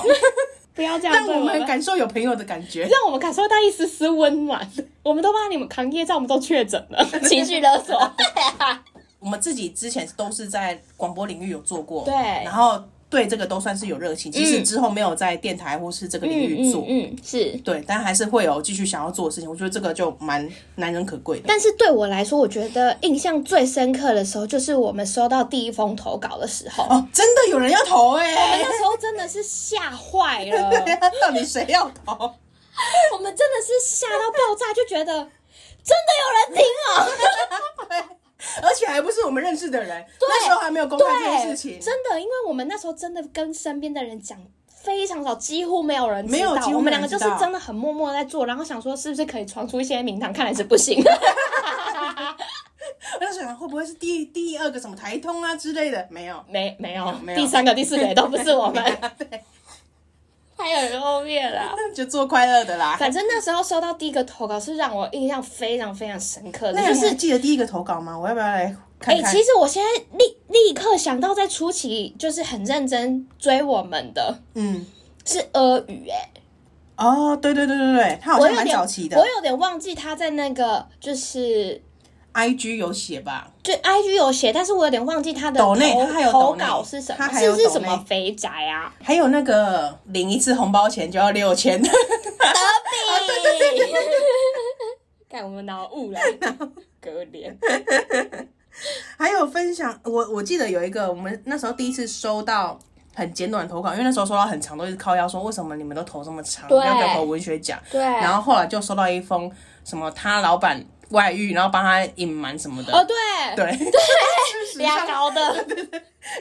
A: 不要这样
B: 让
A: 对
B: 我们
A: 们。
B: 感受有朋友的感觉。
A: 让我们感受到一丝丝温暖。我们都帮你们扛业障，我们都确诊 了，情绪勒索。
B: 我们自己之前都是在广播领域有做过，
A: 对
B: 然后对这个都算是有热情，即使之后没有在电台或是这个领域做，
A: 嗯嗯是。
B: 对，但还是会有继续想要做的事情。我觉得这个就蛮难能可贵的。
A: 但是对我来说，我觉得印象最深刻的时候，就是我们收到第一封投稿的时候，我们
B: 哦，真的有人要投哎、
A: 那时候真的是吓坏了，
B: 到底谁要投？
A: 我们真的是吓到爆炸，就觉得真的有人听哦，
B: 而且还不是我们认识的人，那时候还没 有公开这件事情，
A: 真的，因为我们那时候真的跟身边的人讲。非常少，几乎没有人知
B: 没有
A: 道。
B: 几乎
A: 我们
B: 没
A: 两个
B: 人
A: 就
B: 知
A: 是
B: 道
A: 真的很默默地在做，然后想说是不是可以传出一些名堂，看来是不行。
B: 那时候会不会是第第二个什么台通啊之类的？没有，
A: 没没有，
B: 没有
A: 第三个、第四个也都不是我 们，
B: 对，
A: 太有后面了。
B: 就做快乐的啦。
A: 反正那时候收到第一个投稿是让我印象非常非常深刻的，
B: 那
A: 就
B: 你还
A: 是
B: 记得第一个投稿吗？我要不要来看
A: 哎、
B: 看？
A: 其实我现在立立刻想到，在初期就是很认真追我们的
B: 嗯，
A: 是阿宇、哎，
B: 哦，对对对对对，他好
A: 我
B: 像
A: 有
B: 蛮
A: 点
B: 早期
A: 我
B: 的
A: 有点忘记他在那个就是
B: ，IG 有写吧？
A: 就 IG 有写，但是我有点忘记他的
B: 抖
A: 投
B: 内他还有
A: 投
B: 抖内
A: 稿是什么，
B: 他还有
A: 是不是
B: 抖
A: 什么
B: 内
A: 肥宅啊？
B: 还有那个领一次红包钱就要六千，
A: 干我们脑雾了，隔年
B: 还有分享，我我记得有一个，我们那时候第一次收到很简短的投稿，因为那时候收到很长，都是靠腰说为什么你们都投这么长，
C: 对
B: 要不要投文学奖？
C: 对，
B: 然后后来就收到一封什么他老板外遇，然后帮他隐瞒什么的。
A: 哦，对，
B: 对，
A: 牙膏的，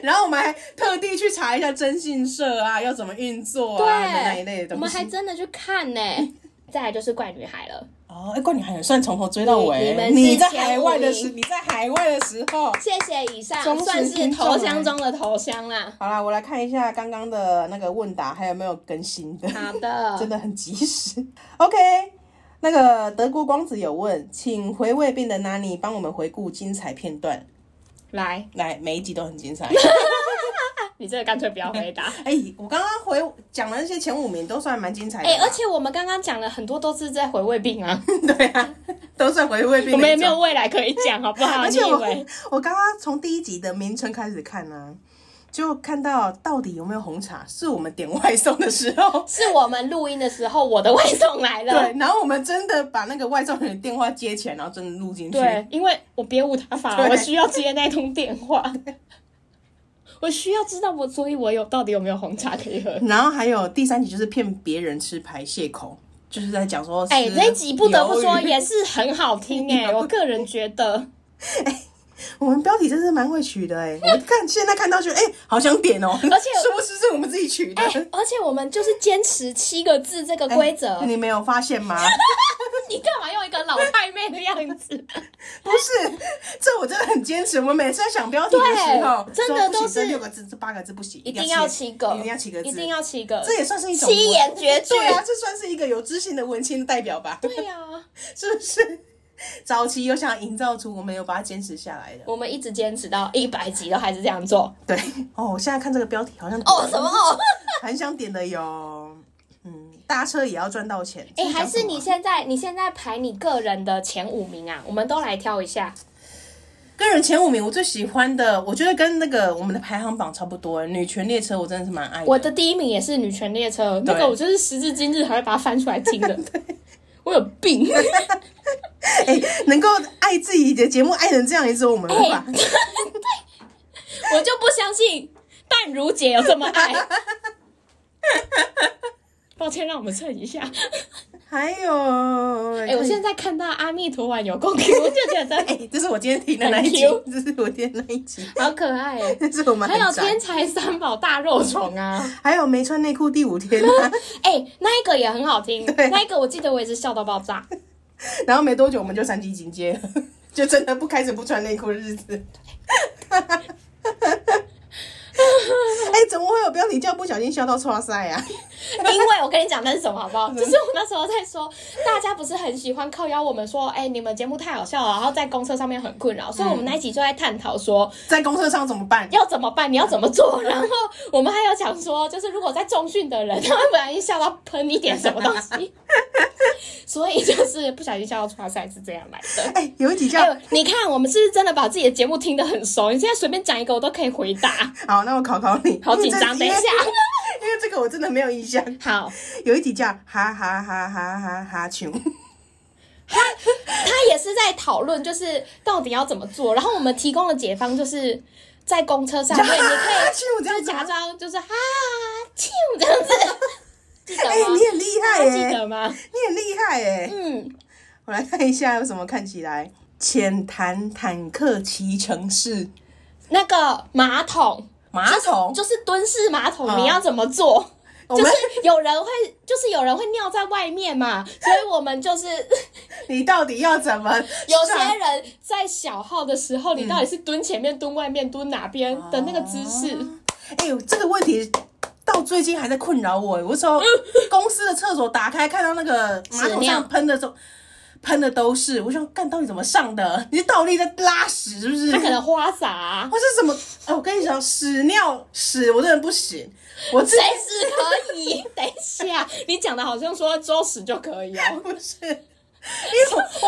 B: 然后我们还特地去查一下征信社啊，要怎么运作啊
A: 对
B: 那一类的
A: 我
B: 东
A: 们还
B: 西。
A: 真的去看呢、再来就是怪女孩了，
B: 哦，哎，怪你还很算从头追到
A: 你
B: 尾
A: 你们，是
B: 在
A: 前
B: 海外的
A: 五
B: 时，
A: 名
B: 你在海外的时候，
A: 谢谢以上
B: 忠实
A: 算是
B: 听众
A: 头
B: 啊
A: 香中的头香啦。
B: 好啦，我来看一下刚刚的那个问答还有没有更新的，
A: 好
B: 真
A: 的，
B: 的很及时。OK，那个德国光子有问，请回味病的 Nani 帮我们回顾精彩片段，
A: 来，
B: 来每一集都很 精彩。
A: 你这个干脆不要回答。
B: 哎、我刚刚回讲的那些前五名都算蛮精彩的吧，
A: 哎、而且我们刚刚讲了很多都是在回味病啊，
B: 对啊，都算回味病的一种。
A: 我们也没有未来可以讲，好不好？
B: 而
A: 你
B: 且
A: 以
B: 我
A: 为。
B: 我刚刚从第一集的名称开始看呢、就看到到底有没有红茶，是我们点外送的时候
A: 是我们录音的时候，我的外送来
B: 对
A: 了。，
B: 然后我们真的把那个外送员的电话接起来，然后真的录进去。
A: 对，因为我别无他法，
B: 对
A: 我需要接那通电话， 我需要知道我，所以我有到底有没有红茶可以喝。
B: 然后还有第三集就是骗别人吃排蟹口，就是在讲说，
A: 哎、这一集不得不说
B: 鱿鱼
A: 也是很好听 哎、我个人觉得，
B: 我们标题真是蛮会取的哎、我看现在看到就哎、好想点哦、
A: 而且
B: 是不是是我们自己取的？哎
A: 哎、而且我们就是坚持七个字这个规则，
B: 你没有发现吗？
A: 你干嘛用一个老太妹的样子？
B: 不是， 这我真的很坚持。我每次在想标题的时候，
A: 对真的
B: 说不行
A: 都是
B: 这六个字，这八个字不行，
A: 一定要七个，
B: 一定要七个字，
A: 一定要七个，
B: 这也算是一种
A: 七言绝句。
B: 对啊，这算是一个有知性的文青的代表吧？
A: 对啊呀
B: 是不是？ 早期有想营造出我们有把它坚持下来的，
A: 我们一直坚持到一百集都还是这样做。
B: 对哦。我现在看这个标题好像
A: 哦，什么哦？
B: 很想点的有，嗯，搭车也要赚到钱。
A: 哎、
B: 这
A: 还
B: 讲什
A: 是
B: 么啊
A: 你现在你现在排你个人的前五名啊？我们都来挑一下。
B: 个人前五名，我最喜欢的，我觉得跟那个我们的排行榜差不多。女权列车我真的是蛮爱的，
A: 我的第一名也是《女权列车》，那
B: 对
A: 个我就是时至今日还会把它翻出来听 的。我有 病。
B: 哎、 能够爱自己的节目爱成这样，也只有我们了 吧？
A: 哎我就不相信淡如姐有这么爱。 抱歉，让我们蹭一下。
B: 还有，哎
A: 哎、我现在看到阿弥陀丸有够 Q，我就觉
B: 哎、
A: 得
B: 这是我今天听的那一集
A: Thank，
B: 这是我今天那一集，
A: 好可爱、欸。
B: 这是我们
A: 还有
B: 很宅
A: 天，才三宝大肉虫啊！
B: 还有没穿内裤第五天、啊，
A: 哎、那一个也很好听，
B: 对
A: 那一个我记得我也是笑到爆炸。
B: 然后没多久我们就三级警戒了， 就真的不开始不穿内裤的日子。 哎、怎么会有标题叫不小心笑到错塞啊？
A: 因为我跟你讲那是什么好不好？就是我那时候在说，大家不是很喜欢靠邀我们说，哎、你们节目太好笑了，然后在公车上面很困扰，所以我们那一集就在探讨说，
B: 在公车上怎么办？
A: 要怎么办？你要怎么做？然后我们还有讲说，就是如果在重训的人，他们不小心笑到喷一点什么东 西，所以就是不小心笑到出塞是这样来的。
B: 哎、有一集叫
A: 哎、呦，你看，我们是不是真的把自己的节目听得很熟？你现在随便讲一个，我都可以回答。
B: 好，那我考考你，
A: 好紧张，等
B: 因为
A: 一
B: 这
A: 下。
B: 因为这个我真的没有印象。
A: 好，
B: 有一集叫哈哈哈哈哈哈穷，
A: 他也是在讨论，就是到底要怎么做。然后我们提供的解方就是在公车上面，你可以
B: 穷这
A: 就
B: 样
A: 是
B: 子吗。
A: 假装就是哈啾这样子，记得
B: 哎、
A: 吗
B: 你？哎很厉害
A: 还
B: 耶、
A: 啊记得吗？
B: 你很厉害耶、
A: 嗯，
B: 我来看一下有什么看起来。浅谈坦克骑乘式
A: 那个马桶
B: 马桶，
A: 就是蹲式马桶，
B: 嗯
A: 你要怎么做？
B: 我
A: 就
B: 们
A: 是有人会，就是有人会尿在外面嘛，所以我们 就是
B: 你到底要怎么？
A: 有些人在小号的时候，你到底是蹲前面、蹲外面、蹲哪边的那个姿势？
B: 哎、呦，这个问题到最近还在困扰我。有时
A: 嗯
B: 候公司的厕所打开，看到那个马
A: 屎
B: 桶
A: 尿
B: 上喷的时候，喷的都是，我想干到底怎么上的？你是倒立在拉屎是不是？
A: 他可能花洒、啊，
B: 或是什么？哎、我跟你讲，屎尿屎我真的不行，我真
A: 随时可以。等一下，你讲的好像说周屎就可以 哦。
B: 不是，因为我我太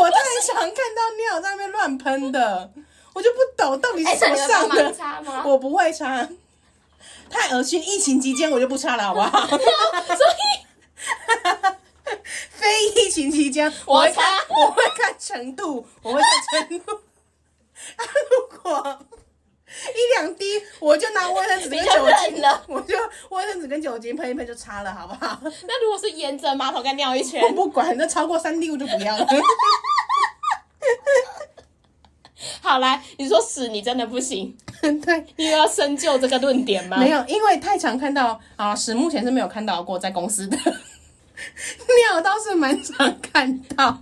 B: 常看到尿在那边乱喷的，我就不懂到底是
C: 哎，
B: 怎
C: 这你
B: 么
C: 会
B: 上
C: 帮
B: 的
C: 忙。擦吗？
B: 我不会擦，太恶心。疫情期间我就不擦了，好不好？
A: 所以
B: 非疫情期间，
A: 我
B: 我会看
A: 擦，
B: 我会看程度，我会看程度。啊，如果一两滴，我就拿卫生纸跟
A: 你就
B: 酒
A: 忍
B: 精
A: 了，
B: 我就卫生纸跟酒精喷一喷就擦了，好不好？
A: 那如果是沿着马桶盖尿一圈
B: 我，不管，那超过三滴我就不要了。
A: 好来，你说屎你真的不行，
B: 对。
A: 你又要深究这个论点吗？
B: 没有，因为太常看到啊，史目前是没有看到过在公司的 尿，倒是蛮常看到。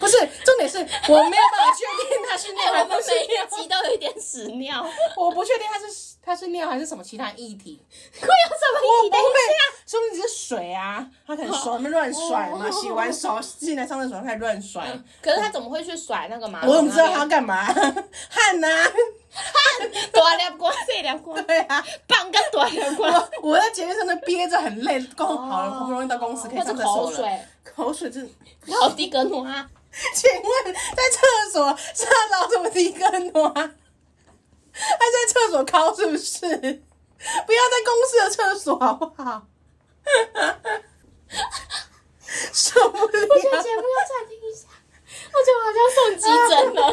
B: 不是，重点是我没有办法确定它是
A: 哎，
B: 尿
A: 我
B: 还
A: 们
B: 不
A: 每
B: 是尿
A: 一，集都有一点屎尿，会
B: 我不确定它是 它是尿还是什么其他液体。
A: 有什么
B: 我
A: 意义
B: 不
A: 的？
B: 会，说不定只是水啊，他可能手那边乱甩嘛，
A: 哦
B: 洗完手进来上厕所开始乱甩。
A: 可是他怎么会去甩那个马桶？
B: 我怎么知道他要干嘛？ 汗呐、
A: 多两光，这两光，
B: 对啊，
A: 棒跟多两光，
B: 我我在节目上面憋着很累，刚好了，好不容易到公司可以
A: 或者
B: 上厕所
A: 哦口
B: 了，
A: 水，
B: 口水真的
A: 然后滴个诺啊，
B: 请问在厕所厕到什么地跟暖？还在厕所敲是不是？不要在公司的厕所好不好？ 受不了！
A: 节目要暂停一下，我觉得我好像送急诊了。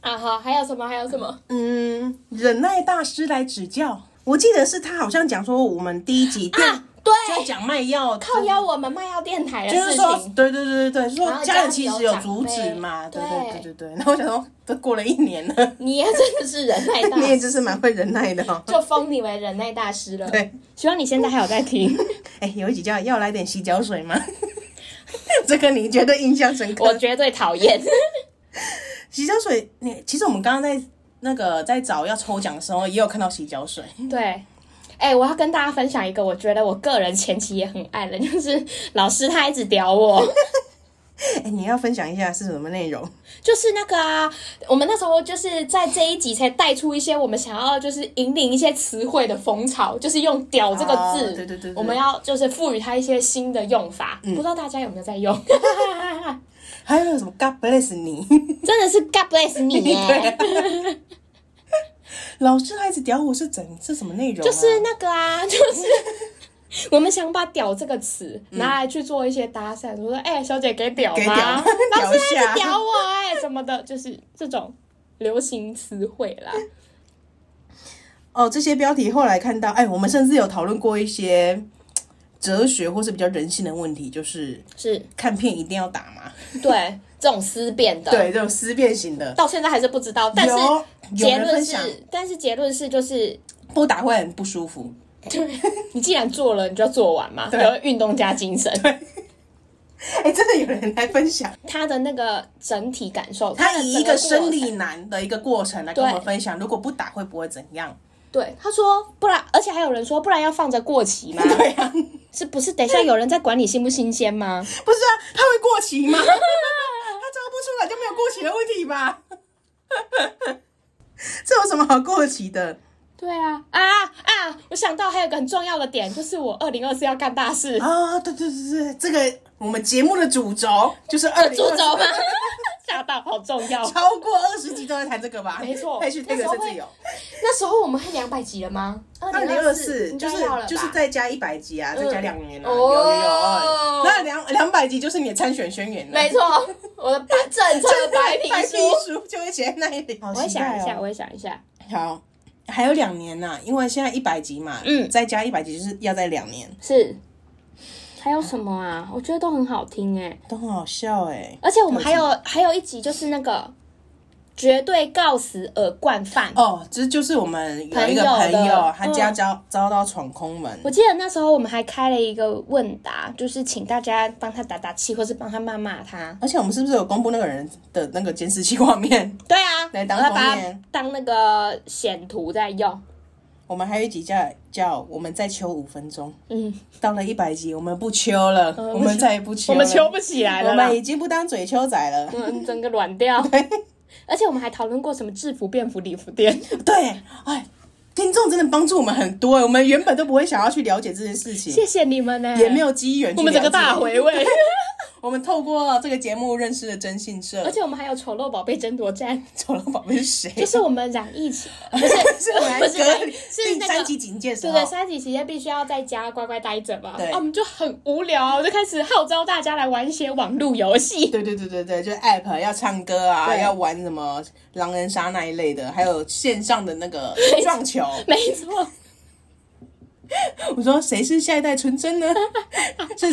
A: 啊好，还有什么？还有什么？
B: 嗯，忍耐大师来指教。我记得是他好像讲说，我们第一集电、
A: 啊，哎对，
B: 就讲卖药，
A: 靠邀我们卖药电台的
B: 就是
A: 事
B: 说
A: 情，，
B: 对对对对对，说
A: 然后
B: 家
A: 家
B: 人
A: 里
B: 其
A: 有
B: 实有
A: 长
B: 阻止
A: 辈
B: 嘛，对
A: 对
B: 对对对对。然后我想说，都过了一年了，
A: 你也真的是忍耐大
B: 你，也真是蛮会忍耐的哦。
A: 就封你为忍耐大师了。
B: 对。
A: 希望你现在还有在听。
B: 哎、有一集叫“要来点洗脚水”吗？ 这个你觉得印象深刻？
A: 我绝对讨厌。
B: 洗脚水，你其实我们刚刚在那个在找要抽奖的时候，也有看到洗脚水。
A: 对，哎、我要跟大家分享一个，我觉得我个人前期也很爱的，就是老师他一直屌我，
B: 哎、你要分享一下是什么内容？
A: 就是那个啊，我们那时候就是在这一集才带出一些我们想要就是引领一些词汇的风潮，就是用“屌”这个
B: 哦
A: 字，
B: 对对嗯对对
A: 我们要就是赋予它一些新的用法，不知道大家有没有在用？
B: 还有那个什么 “God bless 你
A: 真的是 God bless 你”，耶！
B: 对啊。老师孩子屌我是怎是什么内容、啊？
A: 就是那个啊，就是。我们想把“屌”这个词拿来去做一些搭讪，我说：“哎、小姐给屌吗？
B: 给屌
A: 老
B: 屌
A: 师
B: 一
A: 还
B: 下
A: 是屌我哎、什么的，就是这种流行词汇啦。
B: 哦，这些标题后来看到，哎、我们甚至有讨论过一些嘖哲学或是比较人性的问题，就是
A: 是
B: 看片一定要打嘛？
A: 对这种思辨的，，
B: 对，这种思辨型的，
A: 到现在还是不知 道。但是
B: 有有
A: 结
B: 人
A: 论
B: 分享
A: 是，但是结论是，就是
B: 不打会很不舒服。
A: 你既然做了，你就要做完嘛，
B: 对
A: 然后运动加精神。
B: 哎、真的有人来分享，
A: 他的那个整体感受，
B: 他
A: 的
B: 以
A: 整
B: 一
A: 过
B: 个
A: 程
B: 生理男的一个过程来跟我们
A: 对
B: 分享，如果不打会不会怎 样？
A: 对他说，不然，而且还有人说，不然要放着过期吗？
B: 对啊，
A: 是不是？等一下有人在管你新不新鲜吗？
B: 不是啊，他会过期吗？他 招不出来就没有过期的问题吧？ 这有什么好过期的？
A: 对啊，啊啊！我想到还有一个很重要的点，就是我二零二四要干大事，
B: 啊，对对对对，这个我们节目的主轴就是二
A: 主
B: 零
A: 轴吗？吓到，好重要。
B: 超过二十集都在谈这个吧？
A: 没错
B: 也许 t
C: 那
B: a
C: 时
B: y
C: 候
B: 甚至有
C: 那时候我们还两百集了吗？
B: 二零二四，
C: 应
B: 就
C: 该
B: 是
C: 要了吧
B: 就是再加一百集啊，再加两年啊，
C: 哦
B: 有有有。那两两百集就是你的参选宣言了，
C: 没错，我的白 政策白皮
B: 白
C: 书
B: 皮。书就会写在那里。好
A: 我也
B: 期
A: 想
B: 待哦
A: 一下，我也想一下。
B: 好，还有两年呐、因为现在一百集嘛，
A: 嗯
B: 再加一百集就是要在两年，
A: 是，还有什么啊？我觉得都很好听哎、
B: 都很好笑哎、
A: 而且我们还有还有一集就是那个绝对告死耳惯犯。
B: 哦，这就是我们有一个
A: 朋友
B: 朋
A: 的
B: 友，他家
A: 嗯
B: 遭、遭到闯空门
A: 我，记得那时候我们还开了一个问答，就是请大家帮他打打气，或是帮他骂骂他。
B: 而且我们是不是有公布那个人的那个监视器画面？
A: 对啊，
B: 来
A: 然
B: 当
A: 后把
B: 封
A: 它
B: 面
A: 当那个显图在用。
B: 我们还有一集叫叫我们再求五分钟，
A: 嗯，
B: 到了一百集我们不求了，
A: 嗯
B: 我们再也不求，
A: 我们求，不起来
B: 我
A: 了啦，
B: 们已经不当嘴秋仔了。
A: 嗯，整个软 掉。而且我们还讨论过什么制服、便服、礼服店。
B: 对，哎，听众真的帮助我们很多，我们原本都不会想要去了解这件事情，
A: 谢谢你们呢、
B: 也没，有机缘去
A: 我们整个
B: 了解
A: 大回味。
B: 我们透过这个节目认识了征信社，
A: 而且我们还有丑陋宝贝争夺 战，
B: 丑 了宝贝是谁？
A: 就是我们染疫情，不是
B: 是我们
A: 不是
B: 隔离
A: 是
B: 第
A: 那
B: 三
A: 个
B: 级警戒时
A: 对
B: 候，
A: 对，三级期间必须要在家乖乖待着嘛。
B: 对
A: 啊，我们就很无聊啊，我就开始号召大家来玩一些网络游 戏。
B: 对对对对对，就是 app 要唱歌啊，
A: 对
B: 要玩什么狼人杀那一类的，还有线上的那 个撞球。
A: 没错，
B: 我说谁是下一代 纯真呢？是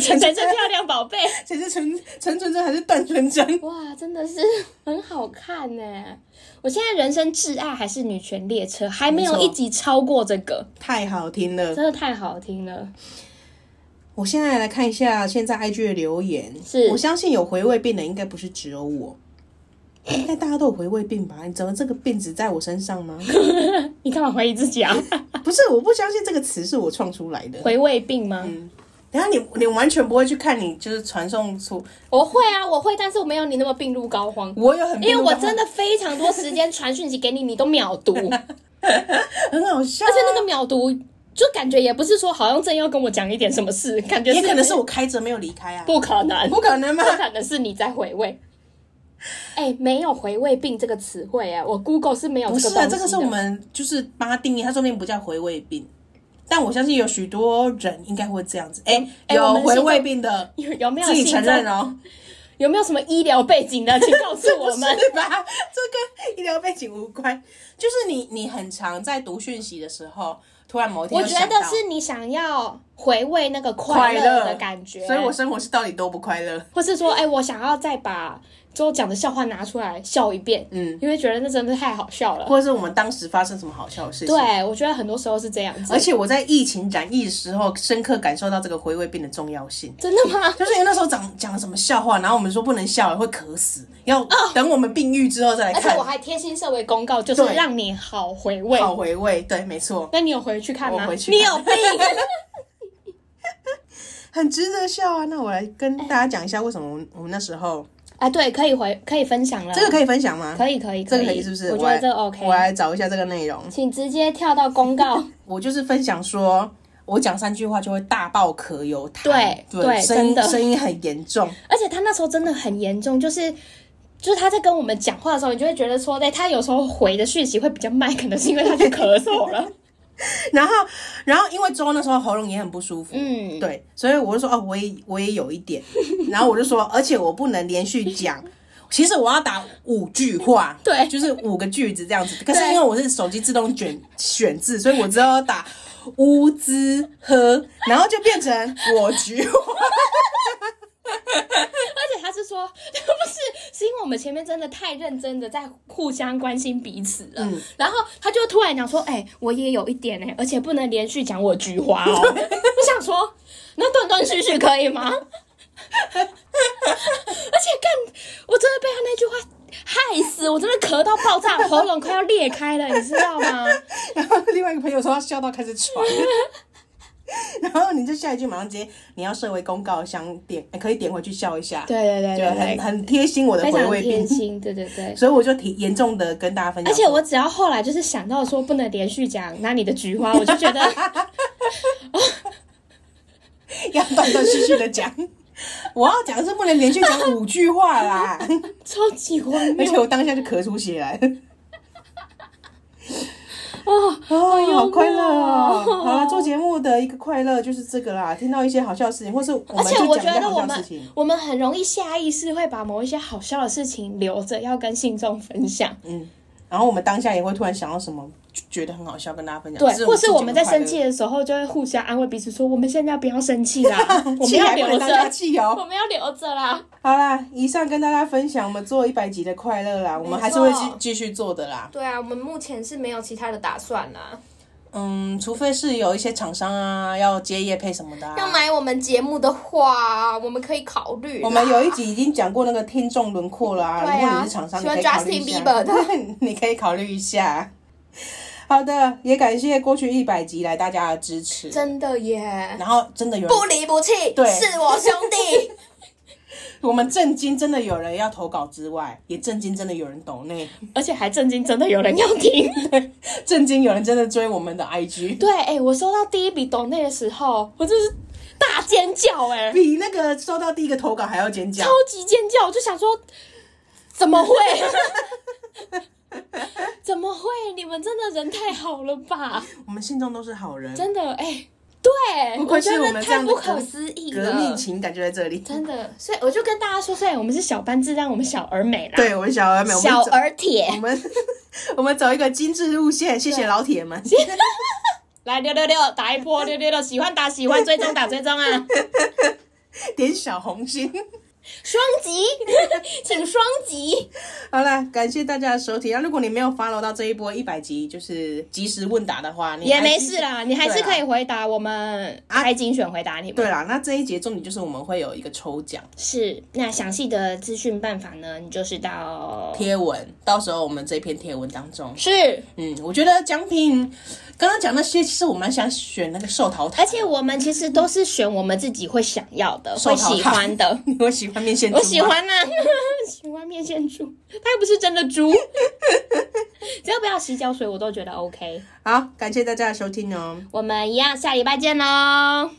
A: 谁
B: 陈
A: 是
B: 纯真，
A: 漂亮宝 贝？
B: 谁是陈陈纯真还是段纯真？
A: 哇，真的是很好看呢！我现在人生挚爱还是《女权列车》，还没有
B: 没错
A: 一集超过这个，
B: 太好听了！
A: 真的太好听了。
B: 我现在来看一下现在 IG 的留言，
A: 是
B: 我相信有回味病的应该不是只有我。应该大家都有回味病吧？你怎么这个病只在我身上吗？
A: 你干嘛怀疑自己啊？
B: 不是，我不相信这个词是我创出来的。
A: 回味病吗？
B: 嗯等一下你你完全不会去看你就是传送出，
A: 我会啊，我会，但是我没有你那么病入膏肓。
B: 我有很
A: 因为我真
B: 的
A: 的非常多时间传讯息给你，你都秒 读，而
B: 很好笑啊、
A: 且那个秒读就感觉也不是说好像正要跟我讲一点什么事，感觉
B: 也可能是我开着没有离开啊，
A: 不可能，
B: 不可能吗
A: 不？可能是你在回味。哎、没有回味病这个词汇啊，我 Google 是没有
B: 不
A: 这个
B: 是
A: 东
B: 啊，
A: 西
B: 这
A: 的
B: 个是我们就是帮他定义，他说不定不叫回味病，但我相信有许多人应该会这样子，哎、
A: 哎我
B: 有
A: 们
B: 回味病的。
A: 有有没有
B: 自己承认
A: 信中
B: 哦，
A: 有没有什么医疗背景的，请告诉 我
B: 是
A: 们。
B: 吧？这跟医疗背景无关，就是你你很常在读讯息的时候，突然某一天
A: 我
B: 就
A: 觉
B: 想
A: 得
B: 到
A: 是你想要回味那个快
B: 快
A: 乐
B: 乐
A: 的感觉，
B: 所以我生活是到底多不快乐？
A: 或是说，哎、我想要再把周讲的笑话拿出来笑一遍，
B: 嗯，
A: 因为觉得那真的太好笑了。
B: 或者是我们当时发生什么好笑的事情？
A: 对，我觉得很多时候是这样子。
B: 而且我在疫情染疫的时候，深刻感受到这个回味病的重要性。
A: 真的吗？
B: 就是因为那时候讲讲了什么笑话，然后我们说不能笑了，会渴死，要等我们病愈之后再来
A: 而且
B: 看
A: 我，还贴心设为公告，就是
B: 对
A: 让你好回味。
B: 好回味。对，没错，
A: 那你有回去看吗？
B: 我回去
A: 你
B: 看
A: 有病！
B: 很值得笑啊。那我来跟大家讲一下，为什么我们我们那时候
A: 啊，对，可以回，可以分享了。
B: 这嗯个可以分享吗？
A: 可以，可以，
B: 这个可以是不是？
A: 我觉
B: 来
A: 得这 OK
B: 我。来找一下这个内容。
A: 请直接跳到公告。
B: 我就是分享说，我讲三句话就会大爆咳有痰，
A: 对对
B: 声
A: 真
B: 音
A: 的
B: 声音很严 重。
A: 而且他那时候真的很严重，就是就是他在跟我们讲话的时候，你就会觉得说，对他有时候回的讯息会比较慢，可能是因为他去咳嗽了。
B: 然后，然后因为周那时候喉咙也很不舒服，
A: 嗯，
B: 对，所以我就说哦，我也我也有一 点，然后我就说，而且我不能连续讲。其实我要打五句话，
A: 对
B: 就是五个句子这样子。可是
A: 对
B: 因为我是手机自动卷选字，所以我只有打乌兹呵，然后就变成我 菊花。
A: 而且他是说， 不是，是因为我们前面真的太认真的在互相关心彼此了，
B: 嗯
A: 然后他就突然讲说，哎、我也有一点哎、而且不能连续讲我菊花哦。 我想说，那断断续续可以吗？ 而且干，我真的被他那句话害死，我真的咳到爆炸，喉咙快要裂开了，你知道吗？
B: 然后另外一个朋友说他笑到开始喘。然后你就下一句马上直接，你要设为公告想点，可以点回去笑一下。
A: 对对对
B: 对，
A: 对
B: 很
A: 对，
B: 很贴心我的
A: 非
B: 回
A: 常
B: 味啊
A: 贴
B: 病，
A: 心，对对 对。
B: 所以我就挺严重的跟大家分享
A: 而
B: 说。
A: 且我只要后来就是想到说不能连续讲拿你的菊花，我就觉得。
B: 要断断续续的讲。 我要讲的是不能连续讲五句话 啦，
A: 超级荒
B: 而且
A: 谬
B: 我当下就咳出血来了。
A: 哦！
B: 哦，
A: 幽
B: 好
A: 默
B: 快乐
A: 哎
B: 哦！好了，做节目的一个快乐就是这个啦，听到一些好笑的事情，或是我
A: 而
B: 们
A: 且
B: 就
A: 我
B: 讲
A: 觉
B: 一些
A: 得我
B: 好笑的事
A: 们
B: 情。
A: 我们很容易下意识会把某一些好笑的事情留着要跟信众分享，
C: 嗯
B: 然后我们当下也会突然想到什么，就觉得很好笑，跟大家分享。这
A: 对，
B: 种
A: 或是我们在生
B: 自己
A: 气的时候就会互相安慰彼此说，我们现在不要生气 啦，
B: 的快乐，
A: 我们
B: 气
A: 要
B: 还不
A: 留
B: 能当下
A: 着，
B: 气哦。
A: 我们要留着啦。
B: 好啦，以上跟大家分享我们做一百集的快乐啦，我们还是会继继续做的啦。
C: 对啊，我们目前是没有其他的打算啊啦。
B: 嗯，除非是有一些厂商啊要接业配什么的、啊，
C: 要买我们节目的话，我们可以考虑啦。
B: 我们有一集已经讲过那个听众轮廓 啦，
C: 对啊
B: 如果你是厂商，你
C: 喜欢
B: 可以考虑一
C: Justin
B: 下
C: Bieber 的
B: 你可以考虑一下。好的，也感谢过去一百集来大家的支持，
C: 真的耶，
B: 然后真的有人
C: 不，离不弃，
B: 对
C: 是我兄弟。
B: 我们震惊真的有人要投稿之外，也震惊真的有人抖内，
A: 而且还震惊，真的有人要听。
B: 震惊有人真的追我们的 IG，
A: 对，哎、我收到第一笔抖内的时候，我真是大尖叫、哎，
B: 比那个收到第一个投稿还要尖叫
A: 超。级尖叫，我就想说，怎么会？ 怎么会？你们真的人太好了吧？
B: 我们信众都是好人，
A: 真的，哎、对，
B: 不愧
A: 觉
B: 是我
A: 得
B: 们这
A: 太
B: 样的
A: 不
B: 革
A: 可思议
B: 革命
A: 了。
B: 情感就在这里。
A: 真的，所以我就跟大家说，虽然我们是小班制，但我们小而美啦，
B: 对，我们小而美，我们
A: 小
B: 走
A: 而铁
B: 我。们 我们走一个精致路线，谢谢老铁们。
A: 来六六六打一波，六六六喜欢打喜欢，追踪打追踪啊！
B: 点小红心。
A: 双击， 请双击。
B: 好啦，感谢大家的收听。那如果你没有 follow 到这一波一百集，就是及时问答的话，你
A: 也
B: 还
A: 没
B: 是
A: 事。啦，你还是
B: 对啦
A: 可以回答我们开精选回答你们。
B: 对啦，那这一节重点就是我们会有一个抽奖
A: 是，那详细的资讯办法呢？你就是到
B: 贴文，到时候我们这篇贴文当中，
A: 是，
B: 嗯，我觉得奖品刚刚讲那些，其实我蛮想选那个寿桃 塔，
A: 而且我们其实都是选我们自己会想要的、
B: 寿
A: 会
B: 桃
A: 喜
B: 塔。
A: 欢的
B: 你会喜欢面线猪吗
A: 我喜，欢啊， 喜欢面线猪，它又不是真的 猪，只要不要洗脚水，我都觉得 OK。
B: 好，感谢大家的收听哦。
A: 我们一样，下礼拜见喽。